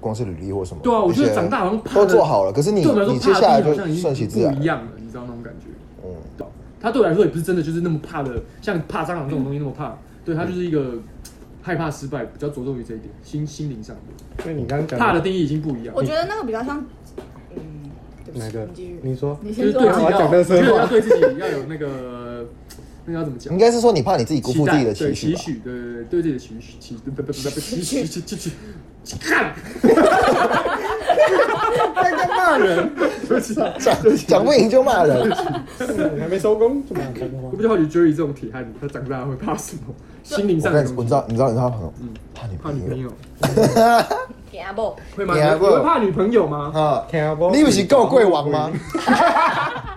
S1: 光是履历或什么，
S3: 嗯对啊我觉得
S1: 一些
S3: 长大好像怕
S1: 都
S3: 的
S1: 做好了，可是你
S3: 对我来说
S1: 你接
S3: 怕
S1: 下来
S3: 的地
S1: 就
S3: 好像已
S1: 顺
S3: 经
S1: 其自
S3: 不
S1: 然
S3: 一，样了，你知道那种感觉。
S1: 嗯，
S3: 对他对我来说也不是真的就是那么怕的，像怕蟑螂这种东西那么怕，对他就是一个害怕失败，比较着重于这一点，心心灵上的
S5: 所以你刚刚
S3: 怕的
S5: 讲的
S3: 定义已经不一样
S8: 我。觉得那个比较像，嗯，对不起，
S5: 哪个
S8: 你继续？。
S5: 你说
S8: 你
S3: 就
S8: 先
S3: 是对
S8: 说
S3: 自
S8: 啊。
S3: 己
S5: 我
S3: 要，
S5: 要讲
S3: 我
S5: 乐色
S3: 觉
S5: 话
S3: 得要对自己要有那个，那个要怎么讲
S1: 应？该是说你怕你自己辜
S3: 期
S1: 负自
S3: 待
S1: 己的
S3: 对
S1: 期许
S3: 期
S1: 吧。
S3: 许，对对对，对自己的期许，期不不不不不期许期期期期看，
S5: 骂人，
S3: 对不起，
S1: 讲讲不赢就骂
S3: <laughs>
S1: 人，
S5: 你还没收工就骂脏话
S3: 我比。较好奇 Jerry 这种铁汉，他长大会怕什么？心灵
S1: 我
S3: 上的
S1: 跟你我
S3: 东
S1: 知
S3: 西，
S1: 道，你知道，你知道，朋友
S3: 嗯，
S1: 怕女
S3: 怕女
S1: 朋
S3: 朋
S1: 友
S3: 友
S4: 给阿布，
S3: 会吗？你
S1: 你还
S3: 会你
S1: 不
S3: 会怕女朋友吗？
S1: 啊，
S5: 听不
S1: 你不是够贵王
S3: <laughs>
S1: 吗？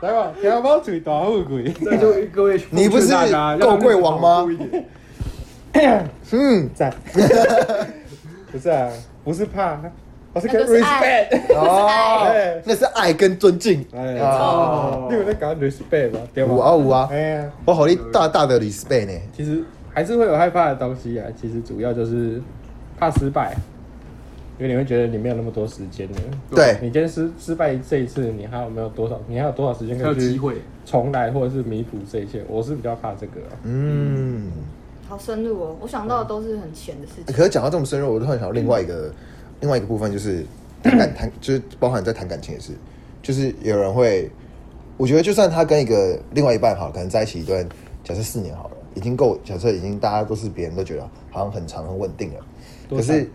S5: 来吧，听不嘴大富贵。
S3: 这就各位，
S1: 啊你不是
S3: 奉劝大家
S1: 够贵王吗？
S3: 要对自己保护一点
S1: 嗯，
S5: 赞。 <laughs> 不是啊，不是怕，我是跟
S8: 那就是爱
S5: respect。
S1: 哦，
S5: 哎
S1: 那是爱跟尊敬
S5: 哎，
S1: 啊，
S5: 你
S3: 哦
S5: 有在搞 respect 吧？对吧？
S1: 五啊五啊
S5: 哎，呀，
S1: 我好你大大的 respect 呢。
S5: 其实还是会有害怕的东西啊。其实主要就是怕失败，因为你会觉得你没有那么多时间了。
S1: 对
S5: 你今天失失败这一次，你还有没有多少？你还有多少时间
S3: 还
S5: 可
S3: 有
S5: 以去
S3: 机会
S5: 重来，或者是弥补这一切？我是比较怕这个 <laughs> 啊、
S1: 嗯，
S8: 好深入哦，我想到的都是很浅的事情。
S1: 可是讲到这么深入，我突然想到另外一个、另外一个部分，就是谈感谈，就是包含在谈感情也是，就是有人会，我觉得就算他跟一个另外一半好了，可能在一起一段，假设四年好了，已经够，假设已经大家都是别人都觉得好像很长很稳定了，可是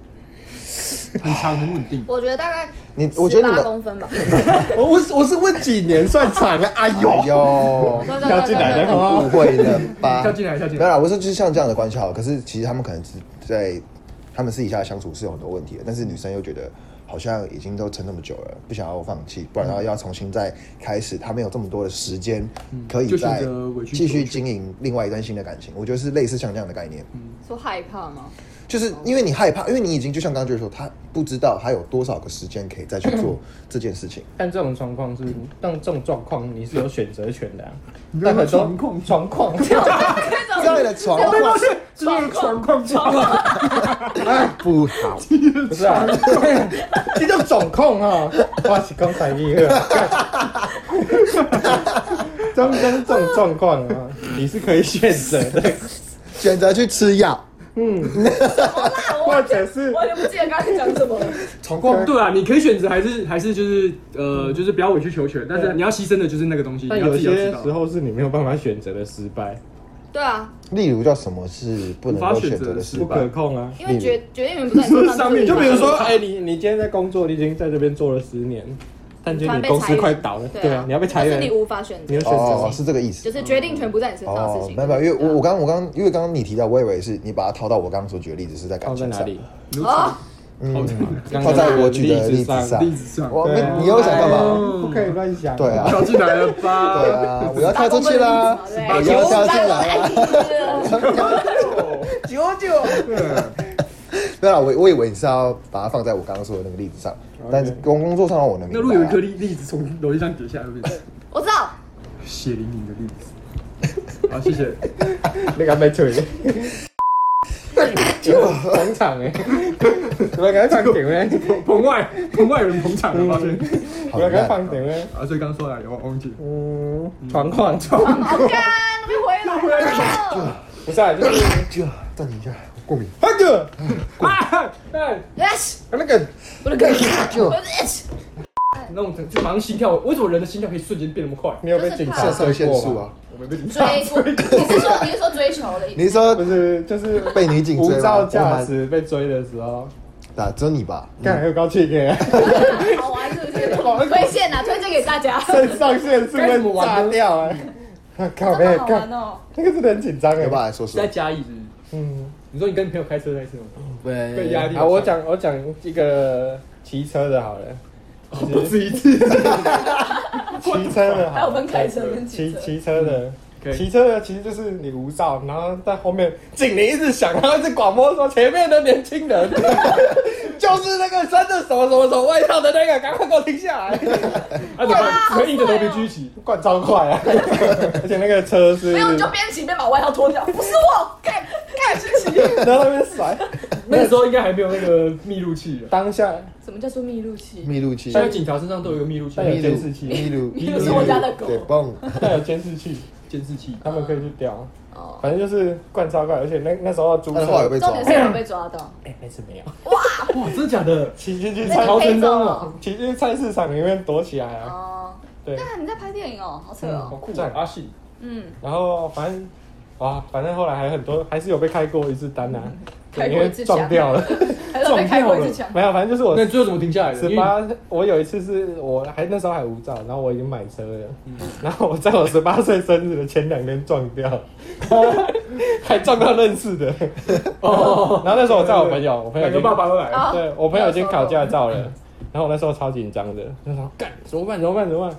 S3: 很长很稳
S1: <laughs>
S3: 定。
S8: 我觉得大概
S1: 你我觉得你
S8: 八
S1: 们
S8: 公分吧。
S5: 哦我我是我是问几年算长啊？哎呦，
S1: 哎呦，
S5: 跳进来了哦
S1: 误会了吧？
S3: 跳进来跳进来
S1: 没有啦，我说就是像这样的关系好了，可是其实他们可能是在他们私底下相处是有很多问题的，但是女生又觉得好像已经都撑那么久了，不想要放弃，不然的话要重新再开始，他们有这么多的时间可以
S3: 就选
S1: 再
S3: 择委曲
S1: 继续
S3: 求
S1: 经营另外一段新的感情。我觉得是类似像这样的概念，
S8: 说害怕吗？
S1: 就是因为你害怕，因为你已经就像刚刚就是说，他不知道他有多少个时间可以再去做这件事情。
S5: 但这种状况是，但这种状况你是有选择权的、啊。
S3: 不要
S5: 但很多
S3: 说床
S5: 状 <laughs> 况，
S1: 这样的床话
S3: 就是状
S1: <laughs>
S3: 况状
S1: 啊
S3: 况，
S1: 哎不好，
S5: 不是 <laughs> 啊，你叫总控啊，我是讲台语 <laughs> 的。中间这种状况啊，你是可以选择的。
S1: 选择去吃药。
S5: 嗯，
S4: 好啦，
S5: 或者是
S4: 我也不记得刚才讲什么了。
S1: 闯过
S3: 对啊，你可以选择还是还是就是呃，就是不要委曲求全，但是你要牺牲的就是那个东西，你
S5: <laughs> 但
S3: 要
S5: 有
S3: 自己要知
S5: 些
S3: 道
S5: 时。候是你没有办法选择的失败，
S4: 对啊，
S1: 例如叫什么是不能够选择的失
S5: 不可
S1: 败？
S5: 控啊。
S4: 因为决决定权不在你身上，
S3: 上面
S5: 就比如说，
S3: 嗯
S5: 哎、你你今天在工作，你已经在这边做了十年，但就
S4: 突然
S5: 你
S4: 被
S5: 公
S4: 裁
S5: 司
S4: 员
S5: 快倒了，对啊，你要被裁
S4: 但是你
S5: 员，
S4: 无法选
S5: 你
S4: 择
S5: 要，选择
S1: 哦，是这个意思
S4: 就。是决定权不在你身上的事
S1: 哦，
S4: 情。
S1: 没有，没有因为
S4: 对啊
S1: 我我刚我刚因为刚刚你提到，我以为是你把它套到我刚刚所举的例子是在感
S5: 放在
S1: 情
S5: 哪
S1: 上，
S5: 里？
S4: 哦，
S1: 嗯，
S5: 刚
S1: 套
S5: 刚
S1: 在我
S5: 的
S1: 举的例
S5: 子
S1: 子上。
S3: 例子上，
S1: 我
S5: 对啊
S1: 你你又想干嘛？
S5: 不可以乱想。
S1: 对啊，
S3: 哎跳进来了吧？
S1: 对
S5: <laughs>
S1: 啊，我要跳出去啦，
S4: 把
S1: 我要跳进来
S4: <laughs>
S1: 啦。
S7: 九九，
S1: 对啊，我我以为你是要把它放在我刚刚说的那个例子上，
S5: 哦
S1: 但是工工作上我能明白啊。
S3: 那如果有一颗粒粒子从楼梯上跌下来，会变成
S4: 我知道，
S3: 血淋淋的粒子。好，谢谢。
S5: 那个被锤。
S1: <laughs>
S5: 捧场哎，我来给他放顶嘞，
S3: 棚外，棚外有人捧场了，抱歉。
S1: 好
S5: 我来给他
S1: 那
S5: 放顶嘞。
S3: 啊，所以刚刚说哪里？我忘记。
S5: 嗯，状况状
S4: 好干，我又回来了，
S5: 不是啊，就是
S1: 就暂停一下，我过敏。
S5: 那个
S3: 啊！哎，
S4: yes，
S5: 那个
S4: 我的歌，
S1: 就
S4: 我的 yes，
S3: 那种就马上心跳，为什么人的心跳可以瞬间变那么快？
S5: 你有被警察
S1: 肾上
S5: 追
S1: 腺
S5: 过
S1: 素
S5: 吗？
S1: 啊，
S3: 我们被警察
S4: 追，你是说你是说追求的意思？
S1: 你是说
S5: 不是，就是
S1: 被女警
S5: 无
S1: 追吗
S5: 照驾驶被追的时候，
S1: 打只有你吧？
S5: 干还有高气 <laughs> 给，啊
S4: 好玩是不是？推荐啊，推荐给大家，
S5: 肾上腺素被炸掉哎。靠
S4: 真
S5: 背
S4: 的好
S5: 干
S4: 玩，哦。
S5: 那个真的很紧张哎
S1: 要不。然说
S3: 是
S1: 说
S3: 在，嘉义是不是？
S5: 嗯，
S3: 你说你跟你朋友开车那一次吗？被压力。
S5: 啊，我讲我讲一个骑车的 <laughs> 好了，
S3: 不止一次。
S5: 骑车的好了，
S4: 还有分开车跟骑
S5: 骑
S4: 车
S5: 骑车的。
S3: 可以
S5: 骑车的其实就是你无照，然后在后面警铃一直响，然后一直广播说前面的年轻 <laughs> 人，就是那个穿着什么什么什么外套的那个，赶快给我停下 <laughs> 来！
S3: 啊，怎么怎么硬着头皮继续
S5: <laughs>
S3: 骑？
S5: 灌超快啊，而且那个车是，
S4: 没有，你就边骑边把外套脱
S5: <laughs>
S4: 掉。不是我，看看是骑。
S5: 然后在那边甩。
S3: 那个时候应该还没有那个密录器了，
S5: 当下
S4: 什么叫做密录器？
S1: 密录器
S3: 现，在警察身上都有一个密录器
S5: 但、有
S1: 密录
S5: 监视器，
S1: 密录，
S4: 密录是我家的狗
S1: 对，蹦，
S5: 但有监视器，
S3: 监视器。
S5: 他们可以去调。
S4: 哦，
S5: 反正就是灌超快，而且那那时候租
S1: 但是后来有
S5: 车，
S1: 被
S4: 重
S1: 抓
S4: 点。是有被抓到。
S5: 哎那次没有，
S3: 哇，真的假的？
S5: 骑进去
S4: 那
S5: 菜
S4: 逃
S5: 市
S4: 生中
S5: 场
S4: 哦，
S5: 骑进去菜市场里面躲起来啊。
S4: 哦，
S5: 对，
S4: 那你在拍电影哦，好扯
S5: 好
S4: 哦。
S5: 酷啊！
S3: 阿信，
S4: 嗯，
S5: 然后反正哇，反正后来还很多，还是有被开过一次单啊，
S4: 嗯开
S5: 因
S4: 过
S5: 为
S4: 一次
S5: 撞
S4: <laughs>
S5: 掉了，
S4: 还有嗯被开过一次枪。
S5: 没有，反正就是我
S3: 那你最后怎么停下来的？
S5: 十
S3: 因为
S5: 八，我有一次是我还那时候还无照，然后我已经买车了，
S3: 嗯
S5: 然后我在我十八岁生日的前两天撞
S3: <laughs>
S5: 掉，还撞到认识的，
S3: 哦，
S5: 然后那时候我载我朋友，我朋友已
S3: 两个
S5: 经
S3: 爸爸都哦来了。
S4: 啊
S5: 对我朋友已经考驾照了，然后我那时候超紧张的，那时候干怎么办怎么办怎么办？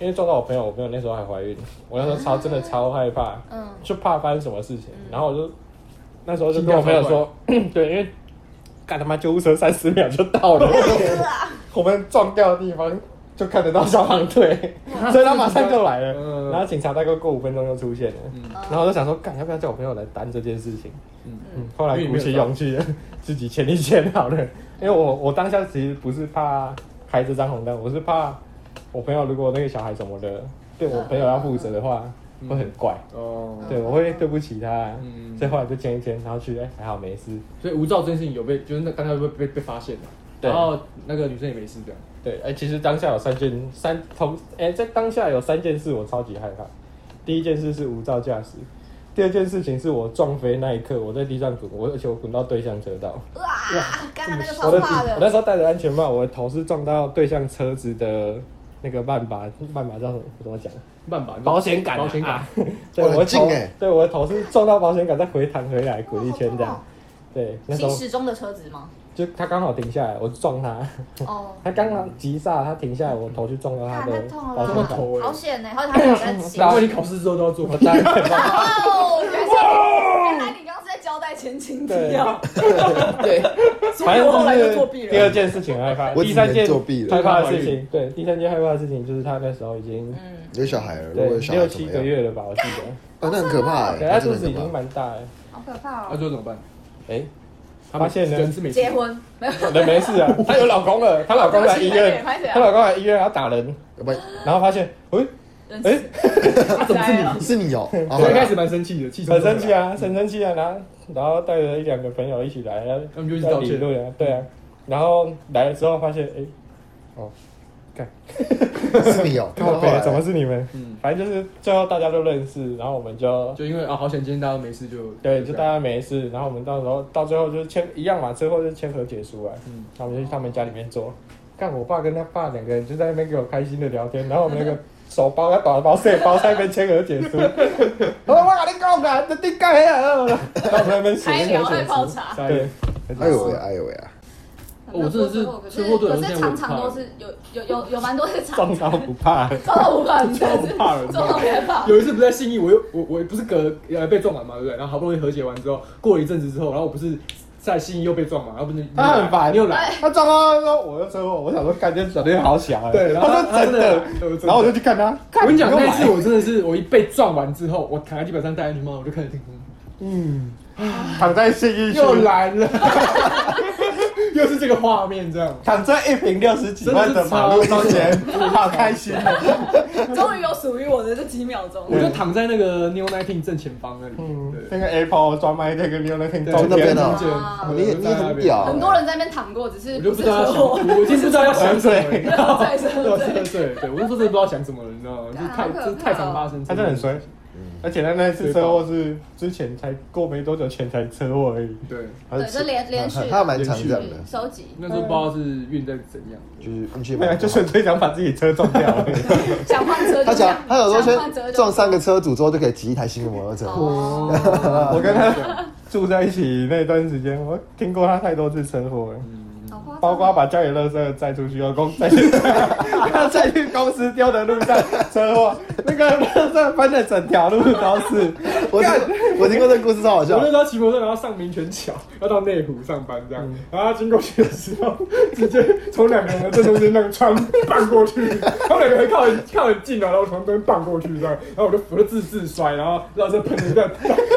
S5: 因为撞到我朋友，我朋友那时候还怀孕，我那时候超真的超害怕，
S4: 嗯，
S5: 就怕发生什么事情。然后我就那时候就跟我朋友说， <clears throat> 对，因为干他妈救护车三十秒就到了， <laughs> 我们撞掉的地方就看得到消防队，所以他马上就来了。
S3: 嗯
S5: 然后警察大概过五分钟就出现了，然后我就想说，干要不要叫我朋友来担这件事情？嗯，后来鼓起勇气 <laughs> 自己签一签好了，因为我我当下其实不是怕开这张红灯，我是怕我朋友如果那个小孩什么的对我朋友要负责的话，会很怪。
S3: 哦，
S5: 对，我会对不起他，
S3: 嗯
S5: 所以后来就签一签，然后去，哎、还好没事。
S3: 所以无照这件事情有被，就是那刚刚被被被发现了，
S5: 对
S3: 然后那个女生也没事这样。
S5: 对，哎、其实当下有三件三同，哎、在当下有三件事我超级害怕。第一件事是无照驾驶，第二件事情是我撞飞那一刻，我在地上滚，我而且我滚到对向车道，
S4: 哇，啊刚刚那个
S5: 我
S4: 超
S5: 的
S4: 怕
S5: 我那
S4: 的。
S5: 时候戴着安全帽，我的头是撞到对向车子的那个半把半把叫什么？我怎么讲？
S3: 慢吧，
S5: 保险杆啊
S3: 保险杆，
S1: 哇
S5: 对，我的
S1: 很近
S5: 头
S1: 欸，
S5: 对，我的头是撞到保险杆，再回弹回来滚一圈这
S4: 哇好痛哦。
S5: 样对，那时
S4: 行
S5: 候
S4: 驶中的车子吗？
S5: 就他刚好停下来，我撞他。
S4: 哦，
S5: 他刚刚急刹，他停下来，我头去撞到嗯他的
S4: 啊看他痛了吧
S3: 撞
S5: 保险
S3: 到
S5: 杆。
S3: 头
S4: 好
S3: 哎。
S4: 险呢，还有他有在骑。
S3: 然后你考试之后都要做，
S5: 我当然没办法
S4: 哦，原来你刚刚是在交代前情提要。对，所
S5: 反
S4: 以
S5: 正
S4: <laughs> 我后来就作
S5: 就
S4: 弊
S5: 是第二
S4: 了。
S5: 件事情害怕，
S1: 我
S5: 第三
S1: 只能
S5: 件
S1: 作弊了
S5: 害怕的事情，对，第三件害怕的事情就是他那时候已经
S4: 嗯，
S1: 有小孩了，如
S5: 对
S1: 果有小孩
S5: 六
S1: 怎
S5: 七
S1: 么
S5: 个
S1: 样？
S5: 月了吧，我记得，
S1: 啊，那很可怕哎，
S5: 对，他
S1: 那真的
S5: 肚子
S1: 很
S5: 已
S1: 可
S5: 经
S1: 怕。
S5: 蛮大了，
S4: 好可怕
S3: 那
S4: 哦。
S3: 最后怎么办？
S5: 哎，
S3: 他们
S5: 发现呢
S3: 人是没事
S4: 结，婚没有？
S1: 哎
S5: 人没
S1: <laughs>
S5: 事啊，她有老公了，她老公来医院，
S4: 拍谁
S5: 她
S4: 啊？
S5: 老公来医院要打人，
S1: 要不然
S5: 然后发现，哎，
S4: 人
S5: 哎
S4: 死
S3: 他怎么是
S4: 灾了
S1: <laughs>
S3: 你？
S1: 是你哦，啊
S3: 我一开始蛮生气的，气
S1: 啊
S5: 很生气！啊，很生气啊，然后然后带着一两个朋友一起来，然后
S3: 他们就一直道歉
S5: 要理论啊，对啊，然后来了之后发现，哎、哦，干，
S1: 是你哦，
S5: 靠北，怎么
S1: 是？
S5: 是你们？
S3: 嗯
S5: 反正就是最后大家都认识，然后我们就
S3: 就因为啊，好险今天大家没事就
S5: 对，就大家没事，然后我们到时候到最后就是签一样嘛，最后就是签和解书啊，
S3: 嗯
S5: 然后我们就去他们家里面做。看我爸跟他爸两个人就在那边给我开心的聊天，然后我们那个 <laughs> 手包他打包碎包在那边签和解
S3: <laughs>
S5: 书，我说哇你讲啊，这地盖啊，然后我们在那边写
S8: 开
S5: 那
S8: 聊
S5: 个和
S8: 爱
S5: 解
S8: 泡
S5: 书，
S8: 茶，
S3: 下一个
S5: 对，
S1: 哎呦喂，哎呦喂啊！
S3: 我真的是
S4: 可
S3: 车祸对我
S4: 可
S3: 现在
S4: 是
S3: 我
S4: 常
S3: 很怕
S4: 常都是有有有有蛮多是常
S5: 撞到不怕，
S3: 哎
S4: 撞到五百，真的是
S3: 怕人
S4: 撞到别怕。
S3: 有一次不在信义，我又我我不是隔呃被撞完嘛，对不对？然后好不容易和解完之后，过了一阵子之后，然后我不是在信义又被撞嘛，然后不是
S5: 他很烦
S3: 你又来，
S5: 他撞到他说我又车祸，我想说感觉转的好小哎，
S3: 对，然后
S5: 他说真的，
S3: 对
S5: 然后我就去看他，
S3: 我跟你讲，
S5: 干
S3: 那一
S5: 又
S3: 次
S5: 来
S3: 我真的是我一被撞完之后，我躺在地板上戴安全帽，我就开始听风，
S5: 嗯，躺在信义区，
S3: 又来了， <laughs> 又是这个画面这样。
S5: 躺在一平六十几万的马路中间， <laughs> 好开心啊！
S4: 终于有属于我的这几秒钟
S3: 我，就躺在那个 New Nineteen 正前方那里，
S5: 嗯
S3: 对，
S5: 那个 Apple 专卖那个牛奶瓶中
S1: 真的
S5: 间
S1: 变了
S4: 啊
S1: 你也你也很屌，
S4: 很多人在那边躺过，只是
S3: 我就
S4: 不
S3: 不
S4: 是
S3: 知道要
S4: 车 <laughs>
S3: 想，
S4: 祸，
S3: 我已经不知道要想什么了。
S4: 在车
S3: 对
S4: 祸。
S3: 对对对，我那时候真的不知道想什么了，你知道吗？就是
S4: 啊
S3: 太
S4: 好可怕
S3: 这太常发生，
S5: 他真的很衰。而且他那次车祸是之前才过没多久前才车祸而已，
S3: 对，
S4: 对，就连连续
S1: 他蛮常这样的，
S4: 收集，
S3: 那时候不知道是运在怎样，
S1: 就是运气蛮
S5: 没有
S1: 好。
S5: 就纯粹想把自己车撞掉而已。
S4: 想换车就
S1: 他
S4: 这
S1: 讲
S4: 样，
S1: 他有时候
S4: 想换车
S1: 先
S4: 就
S1: 撞三个车主之后就可以骑一台新的摩托车。
S4: 哦，
S5: 我跟他住在一起那段时间，我听过他太多次车祸了，
S4: 好夸张
S5: 包括把家里垃圾载出去，要公再去 <laughs> 他再去公司丢的路上车祸，那个垃圾翻的整条路都是。
S1: 我听我听过这个故事超好
S3: 我
S1: 笑
S3: 那，时候骑摩托车，然后上民权桥，要到内湖上班这样，然后他经过去的时候，直接从两个人的正中间那个穿绊过去，他们两个人靠很靠很近哦，然后从中间绊过去这样，然后我就我就自自摔，然后让这喷了一下，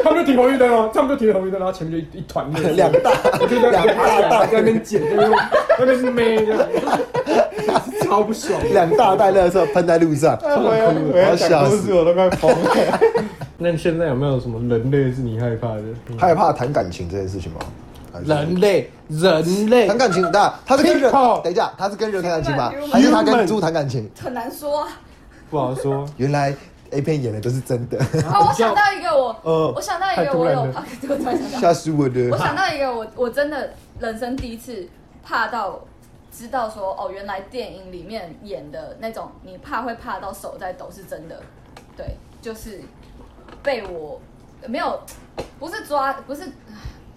S3: 他们就停红绿灯哦，他们就停红绿灯，然后前面就一一团那个
S1: 两大
S3: 我就在两大大在那边捡，在那边在那边妹这样，超不爽。
S1: 两大袋垃圾喷在路上，
S5: 我要我
S1: 我
S5: 要
S1: 要笑
S5: 讲故
S1: 死
S5: 事，我都快疯了。 <laughs> 那你现在有没有什么人类是你害怕的？
S1: 害怕谈感情这件事情吗？还是
S5: 人类，人类
S1: 谈，感情，那他是跟人
S5: People
S1: 等一下，他是跟人谈感情吗
S4: Human，？
S1: 还是他
S5: human
S1: 跟猪谈感情？
S4: 很难说啊。
S5: 不好说。
S1: 原来 A 片演的都是真的，
S4: 哦，我想到一个我
S1: 呃，
S4: 我想到一
S5: 太
S4: 个
S5: 突
S4: 我
S5: 然
S4: 有
S5: 了
S4: 怕，这个突然想到，
S1: 吓死我
S4: 我
S1: 了！
S4: 想到一个我我真的人生第一次怕到知道说哦，原来电影里面演的那种你怕会怕到手在抖是真的，对，就是被我没有不是抓不是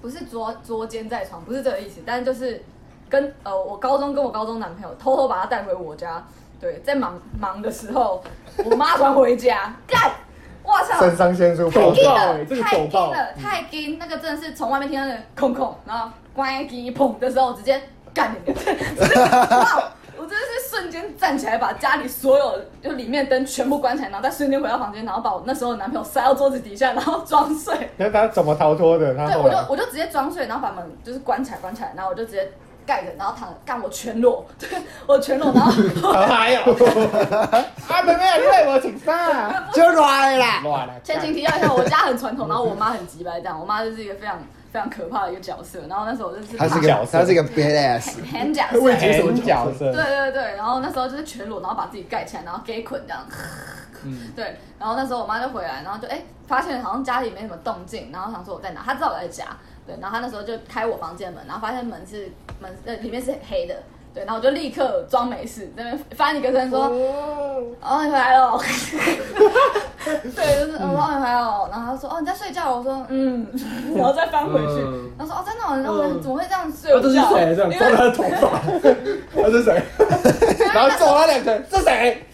S4: 不是捉捉奸在床，不是这个意思，但是就是跟呃我高中跟我高中男朋友偷偷把他带回我家，对，在忙忙的时候，我妈传回家，干，嗯我操！
S5: 肾上腺素
S4: 太
S5: 爆
S4: 惊
S5: 炸，
S4: 了，
S3: 这个
S4: 太
S3: 手
S4: 惊
S3: 爆
S4: 了，太惊！那个真的是从外面听到那个空空，然后关机砰的时候，直接干你！哇我真的是瞬间站起来，把家里所有就里面灯全部关起来，然后再瞬间回到房间，然后把我那时候的男朋友塞到桌子底下，然后装睡。
S5: 那他怎么逃脱的？他
S4: 对，
S5: 后
S4: 我就
S5: 来
S4: 我就直接装睡，然后把门就是关起来，关起来，然后我就直接盖着，然后躺着干我全裸，对我全裸，然后 <laughs>
S5: 好嗨哦！啊，妹妹，你为我请上，
S1: 就来啦，
S5: 乱了。
S4: 前情提要一下，我家很传统，然后我妈很急白，这样，我妈就是一个非常非常可怕的一个角色。然后那时候我就是
S1: 他是
S5: 角
S1: 个
S5: 色
S1: 他是个 badass，
S4: 很很假
S3: 未解
S5: 什
S3: 锁
S5: 么角
S3: 角
S5: 色？
S4: 对对对，然后那时候就是全裸，然后把自己盖起来，然后给捆这样。对，然后那时候我妈就回来，然后就哎、发现好像家里没什么动静，然后想说我在哪，她知道我在家，对，然后她那时候就开我房间门，然后发现门是门呃里面是黑的，对，然后我就立刻装没事，在那边翻一个身说，哦你回来了，对，就是嗯哦你回来了，然后她说哦你在睡觉，我说嗯，然后再翻回去，
S3: 嗯
S4: 她说哦真的哦，然后我怎么会这样睡
S3: 他
S4: 午
S3: 这是
S4: 觉？
S3: 谁？这样
S4: 因
S3: 抓
S4: 为
S3: 他的头
S4: <laughs>
S3: 发，
S5: 他是谁？然后揍他两拳，是谁？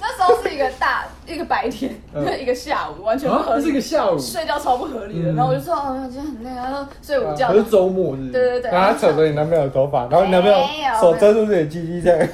S4: 那时候是一个大一个白天，对，一个下午，完全不
S3: 嗯啊，
S4: 合
S3: 这是
S4: 理
S3: 个，下午，
S4: 睡觉超不合理的。
S3: 嗯啊
S4: 然后我就说，哦，我今天很累，然后睡午觉
S3: 还。是周末是？
S4: 对对对，
S5: 然后他扯着你男朋友的头发，然后你男朋友手遮住自己的鸡鸡这样。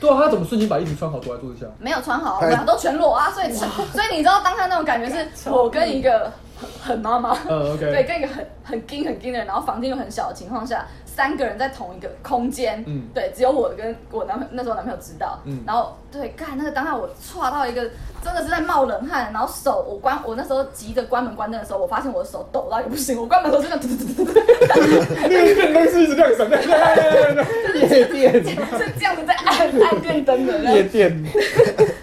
S3: 对啊，他怎么瞬间把衣服穿好躲在桌子下？ <laughs>
S4: 没有穿好，我们俩都全裸啊，所以所以你知道当下那种感觉是，我跟一个很很妈妈，
S9: 嗯，OK，
S4: 对，跟一个很很硬很硬的人，然后房间又很小的情况下，三个人在同一个空间，
S9: 嗯
S4: 对，只有我跟我男朋友那时候男朋友知道，
S9: 嗯
S4: 然后对，干那个当下我歘到一个真的是在冒冷汗，然后手我关我那时候急着关门关灯的时候，我发现我的手抖到也不行，我关门的时候真的 <laughs> 嘟嘟嘟嘟嘟，
S9: <laughs> 那个电灯是一直亮闪亮亮亮亮亮亮，
S3: 夜店，
S4: 是这样子
S9: <laughs>
S4: 在按按电灯的，那
S3: 夜
S5: <laughs>
S3: 店，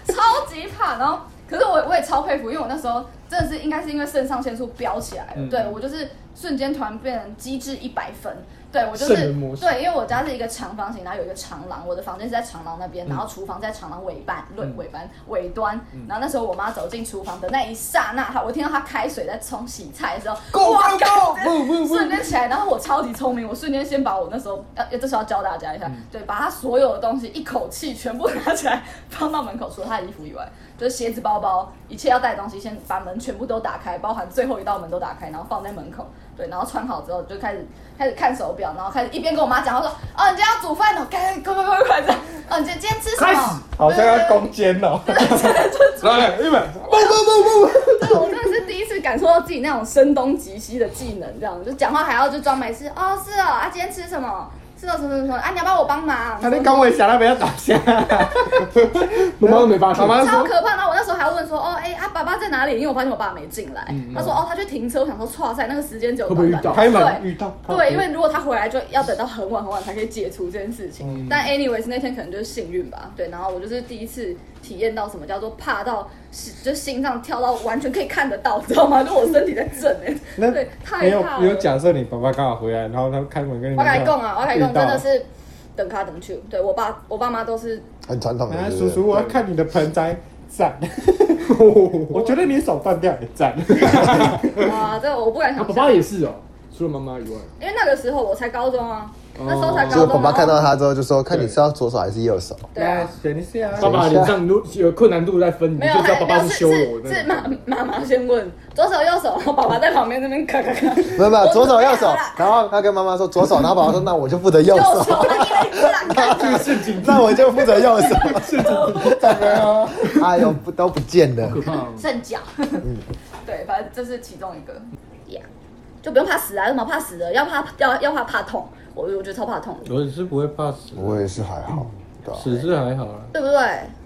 S4: 超级怕。然后，可是我我也超佩服，因为我那时候真的是应该是因为肾上腺素飙起来了，
S9: 嗯
S4: 对我就是瞬间突然变成机智一百分。对我就
S9: 圣
S4: 是
S9: 人模式
S4: 对，因为我家是一个长方形，然后有一个长廊，我的房间是在长廊那边，然后厨房在长廊尾半论
S9: 嗯
S4: 尾半尾端。然后那时候我妈走进厨房的那一刹那，她我听到她开水在冲洗菜的时候，
S1: Go,
S4: 哇
S1: go,
S4: 干
S1: go!
S4: 真的瞬间起来，然后我超级聪明，我瞬间先把我那时候呃，这是要教大家一下，对，把他所有的东西一口气全部拿起来放到门口，除了他的衣服以外，就是鞋子、包包，一切要带的东西，先把门全部都打开，包含最后一道门都打开，然后放在门口，对，然后穿好之后就开始开始看手表，然后开始一边跟我妈讲，她说，哦，你今天要煮饭哦，赶快快快快快这样，哦，你今天吃什
S9: 开始
S4: 么？
S5: 好像要攻坚 <laughs> 哦。来，日本，
S4: 对， <laughs> 我真的是第一次感受到自己那种声东击西的技能，这样就讲话还要就装没事哦，是哦，啊，今天吃什么？吃了什么什么什么？啊，你要不要我帮忙？
S5: 他在刚我想到不要打架，
S3: 妈妈都没发现
S5: 妈，妈
S4: 超
S5: 说
S4: 可怕！然后我那时候还要问说，哦，哎、啊，爸爸在哪里？因为我发现我爸没进来。他说，哦，他去停车。我想说，哇塞，那个时间只有
S3: 会不会
S4: 短
S3: 遇
S4: 短
S3: 到
S5: 开门遇到，
S4: 对，因为如果他回来就要等到很晚很晚才可以解除这件事情。但 anyways 那天可能就是幸运吧，对。然后我就是第一次体验到什么叫做怕到，是就心脏跳到完全可以看得到，知道吗？就我身体在震哎、
S5: 那
S4: 对，太
S5: 没有
S4: 怕
S5: 没有
S4: 了。
S5: 假设你爸爸刚好回来，然后他开门跟你
S4: 我
S5: 们
S4: 改
S5: 讲，哎
S4: 供啊，我改供
S5: 遇到
S4: 真的是等卡等去。对我爸我爸妈都是
S1: 很传统的，
S5: 哎，
S1: 对
S5: 叔
S1: 不对
S5: 叔，我要看你的盆栽，
S4: <laughs>
S5: 赞！我觉得你手断掉也赞。
S4: 哇，这个我不敢
S3: 啊，
S4: 想
S3: 爸
S4: 象
S3: 爸，也是哦，除了妈妈以外，
S4: 因为那个时候我才高中啊，那时候才高
S1: 就
S4: 中。
S1: 爸爸
S4: 然后
S1: 看到他之后就说：“看你是要左手还是右手
S4: 对啊。
S5: 哎选一下
S3: 爸爸脸上如有困难度在分，你
S4: 没有，
S3: 就知道
S4: 还
S3: 爸
S4: 没有
S3: 爸
S4: 是
S3: 羞我
S4: 是
S3: 的。 <laughs>
S4: 妈妈妈先问左手右手，然后爸爸在旁边那边咔咔咔，？”
S1: 没有没有，
S4: 我
S1: 左手右手
S4: 准备好。了
S1: 然后他跟妈妈说左手，然后爸爸说：“那我就负责右
S4: <laughs> 右
S1: 手，
S4: 手啊你来你来看，
S1: 那我就负责右
S4: <laughs>
S1: 手。”哎呦，不都不见了。
S3: 哦
S4: 正脚，对，反正这是其中一个，yeah，就不用怕死啊，有什么怕死的？要怕要要怕怕痛，我我觉得超怕痛的，
S5: 我是不会怕死，
S1: 我也是还好，对吧？
S5: 死是还好啦，
S4: 对不对？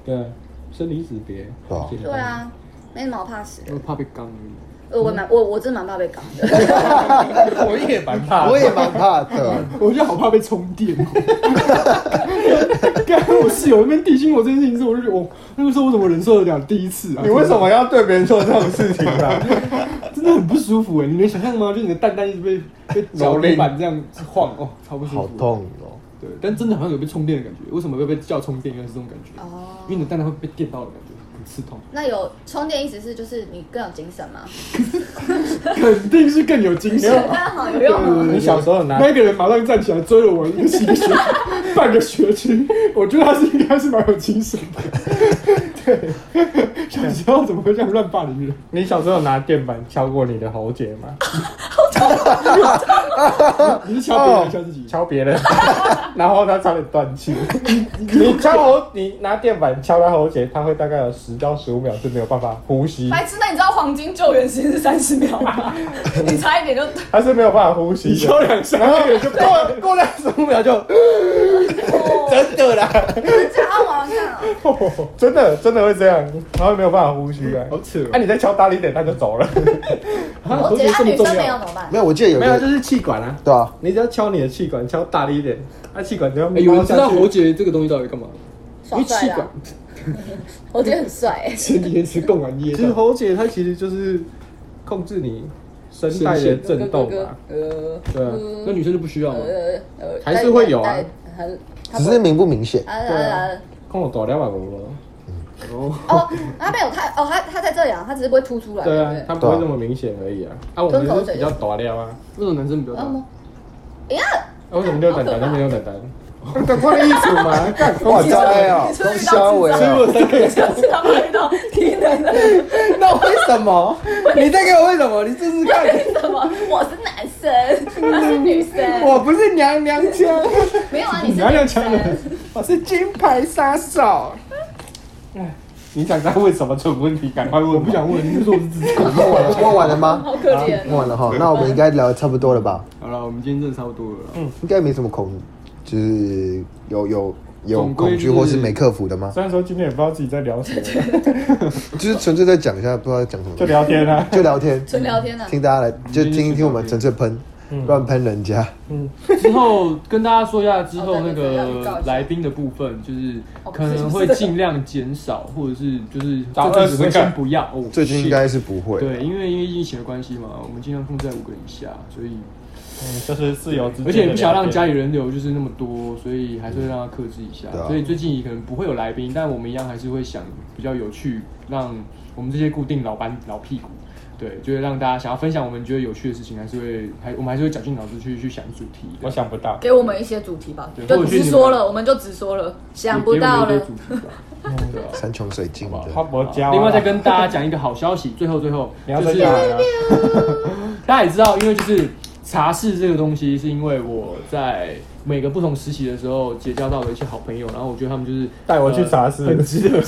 S5: 对，生离死别，
S1: 对啊
S4: 对啊，没什么好怕死的
S3: 我，怕被刚而
S4: 呃我蛮我我真的蛮怕被搞的，
S5: 我也蛮怕
S1: 我也蛮怕的。
S3: 已， <laughs> 我就好怕被充电 <laughs> 哦。刚刚我室友那边提醒我这件事情之后，我就觉得我那个时候我怎么忍受得了第一次啊？
S5: 你为什么要对别人做这种事情啊呢？
S3: 真的很不舒服哎？你能想象吗？就你的蛋蛋一直 <laughs> 被被脚底板这样晃哦，超不舒服，
S1: 好痛哦！
S3: 对，但真的好像有被充电的感觉。为什么会被叫充电？应该是这种感觉，
S4: 哦
S3: 因为你的蛋蛋会被电到的感觉，很刺痛。 <laughs>
S4: 那有充电意思是就是你更有精神 <laughs> 吗？
S3: 肯定是更有精神。
S4: 那好有用吗？
S5: <laughs> 你小时候拿
S3: 那个人马上站起来追了我一个学期， <laughs> 半个学期，我觉得他是应该是蛮有精神的。 <laughs> 对，小时候怎么会这样乱霸凌人？
S5: <laughs> 你小时候拿电板敲过你的喉结吗？
S3: 你是敲别人还是敲自己？
S5: 敲别人， <laughs> 然后他差点断气。你敲喉，你拿电板敲他喉结，他会大概有十到十五秒是没有办法呼吸，
S4: 白痴，那你知道黄金救援时间是三十秒吗？你差一点就
S5: 他是没有办法呼吸的。
S3: 两下，
S5: 然后就过 <laughs> 过了十五秒就，真的啦，
S4: 这样玩看啊！
S5: <laughs> 真的真的会这样，然后没有办法呼吸啊。
S3: 好扯
S5: 那、你再敲大力一点，他就走了。
S3: 哦！
S4: 我觉得
S3: 这
S4: 按
S3: 么
S4: 女
S3: 重
S4: 生没有
S3: 要？
S4: 怎么办？
S1: 没有，我记得有一
S5: 没有，就
S1: 个
S5: 是气管啊，
S1: 对啊，
S5: 你只要敲你的气管，敲大力一点，那、气管就要
S3: 哎，有人知道喉结这个东西到底干嘛？因
S4: 耍
S3: 为
S4: 帅
S3: 气
S4: 啊
S3: 管！
S4: 我觉得很帅、欸，
S3: 前几天吃贡丸液
S5: 其，实喉结它其实就是控制你声带的震动嘛，
S4: 呃
S5: 对啊，
S3: 那女生就不需要吗？
S4: 呃呃，
S5: 还是会有啊
S4: 很
S1: 只是明不明显。
S4: 啊啊啊！
S5: 跟我打两百五了。
S4: 哦，他没有他哦，他他在这里啊，他只是不会凸出来。
S5: 对啊
S4: 对，不
S5: 它不会这么明显而已啊。啊，我们就是比较打量啊。
S3: 为什么男生比较
S4: 对。
S3: 大？
S4: 嗯哎呀，
S5: 啊为什么没有等
S4: 好可
S5: 等？
S4: 怕
S5: 都没有 <laughs> 等等，赶快艺术 <laughs> 嘛，干
S1: 哇塞哦，都消尾了，
S4: 就是他们遇到
S5: <laughs>
S4: 低能的，
S5: 那为什么？你这个为什么？你试试看。
S4: 为什么？我是男生，他是女生，
S5: <laughs> 我不是娘娘
S4: <laughs>
S5: 腔，
S4: 没有啊，你是
S5: 娘
S4: 女
S5: 娘腔的
S4: 生。，
S5: 我是金牌杀手。你想知道为什么这种问题，赶快问我。
S3: 我不想问，你就说我是自己。
S1: 问完了，问完了吗？
S4: 好可怜。哦
S5: 啊
S1: 问完了哈，那我们应该聊得差不多了吧？
S3: <laughs> 好了，我们今天真的差不多了啦。
S1: 应该没什么恐，就是有有有
S3: 总归
S1: 恐惧
S3: 就是
S1: 或是没克服的吗？
S5: 虽然说今天也不知道自己在聊什么，
S1: 就是纯粹在讲一下，不知道在讲什么
S5: 就
S1: 东西，
S5: 聊天啊。
S1: 就聊天，
S8: 纯聊天啊
S1: 听大家来，就听一听我们纯粹喷，乱喷人家。
S3: 之后跟大家说一下，之后
S8: 哦
S3: 那
S8: 对对对要预告
S3: 个
S8: 一下
S3: 来宾的部分，就是
S8: 哦
S3: 可能会尽量减少，或者是就是
S5: 找
S3: 这阵子
S5: 20个
S3: 会先不要。哦
S1: 最近应
S3: shit
S1: 该是不会，啊
S3: 对，因为因为疫情的关系嘛，我们尽量控制在五个以下，所以
S5: <laughs> 嗯，就是啊自由之间
S3: 而
S5: 的聊天，
S3: 且也不想让家里人流就是那么多，所以还是会让他克制一下
S1: 对。啊
S3: 所以最近可能不会有来宾，但我们一样还是会想比较有趣，让我们这些固定老班老屁股，对，就是让大家想要分享我们觉得有趣的事情，还是会还我们还是会绞尽脑汁去去想主题。
S5: 我想不到。
S8: 给我们一些主题吧
S3: 对，
S8: 就
S3: 或者是
S8: 直
S3: 你
S8: 说
S3: 们
S8: 了，我们就直说了，想不
S3: 也给我
S8: 到
S3: 们一
S8: 了
S3: 堆。主题吧，
S5: <laughs>
S3: 对啊
S1: 山穷水尽
S5: 好吧
S1: 的。
S5: 他不教啊。
S3: 另外再跟大家讲一个好消息，最后最后
S5: 你要
S3: 就
S5: 再
S3: 是
S5: 讲啊，
S3: 大家也知道，因为就是茶室这个东西，是因为我在每个不同实习的时候结交到的一些好朋友，然后我觉得他们就是
S5: 带我去茶室
S3: 呃很值得，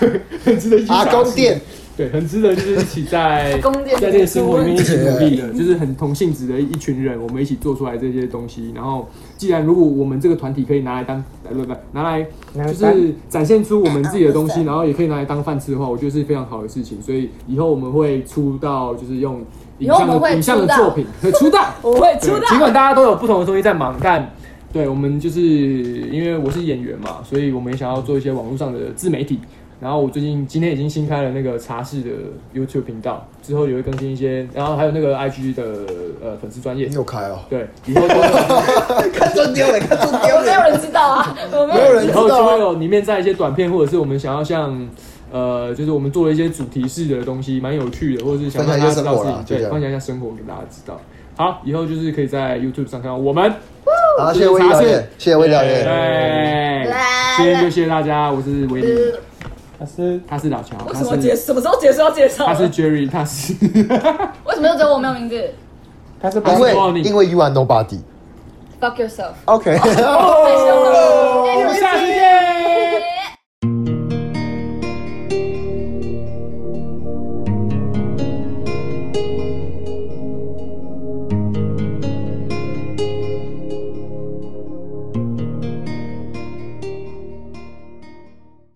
S3: 对，很值得一起去
S1: 阿
S3: 茶
S1: 公
S3: 室
S1: 店，
S3: 对，很值得就是一起在
S8: 宫殿
S3: 在这个生活里面一起努力的，就是很同性质的一群人，我们一起做出来这些东西。然后，既然如果我们这个团体可以拿来当，呃不不，拿来就是展现出我们自己的东
S8: <laughs>
S3: 西，然后也可以拿来当饭吃的话，我觉得是非常好的事情。所以以后我们会出到就是用影
S8: 以后我
S3: 像
S8: 们
S3: 的
S8: 会
S3: 影像的
S8: 出道
S3: 作品会出道。
S8: 我会
S3: 对
S8: 出道，
S3: 尽管大家都有不同的东西在忙，但对我们就是因为我是演员嘛，所以我们也想要做一些网络上的自媒体。然后我最近今天已经新开了那个茶室的 YouTube 频道，之后也会更新一些，然后还有那个 IG 的呃粉丝专业
S1: 你。有开哦？
S3: 对，
S1: <laughs>
S3: 以后都
S1: 看中丢了，
S4: 啊
S1: 看中丢
S8: 有没有
S1: 了，
S8: 人知道
S5: <laughs>
S8: 啊？有没
S1: 没
S8: 有
S1: 有
S8: 人？
S1: 人
S3: 以
S1: 知
S3: 后就会
S1: 道啊。
S3: 有里面在一些短片，或者是我们想要像呃，就是我们做了一些主题式的东西，蛮有趣的，或者是想让大家知道
S1: 分享一些生活
S3: 自
S1: 啦
S3: 己
S1: 就这
S3: 对
S1: 样
S3: 分享一下生活给大家知道。好，以后就是可以在 YouTube 上看到我们。
S1: 好，谢谢魏导演，谢谢魏导演，
S3: 哎对，今天就谢谢大家，我是维尼，
S5: 他是
S3: 他是老乔，
S8: 为
S3: 他
S8: 什么介
S3: 是
S8: 什么时候结束要介绍
S3: 他
S8: 了？
S3: 是 Jerry，他是
S8: 为什么又只有我没有名字
S5: 他是
S1: 因
S5: 因
S1: 为
S5: 为
S1: 因为 You are nobody。 <laughs>
S8: ？Fuck yourself！
S1: OK。
S3: 哦 <laughs>
S8: 太凶了，哎你们
S3: 下次见。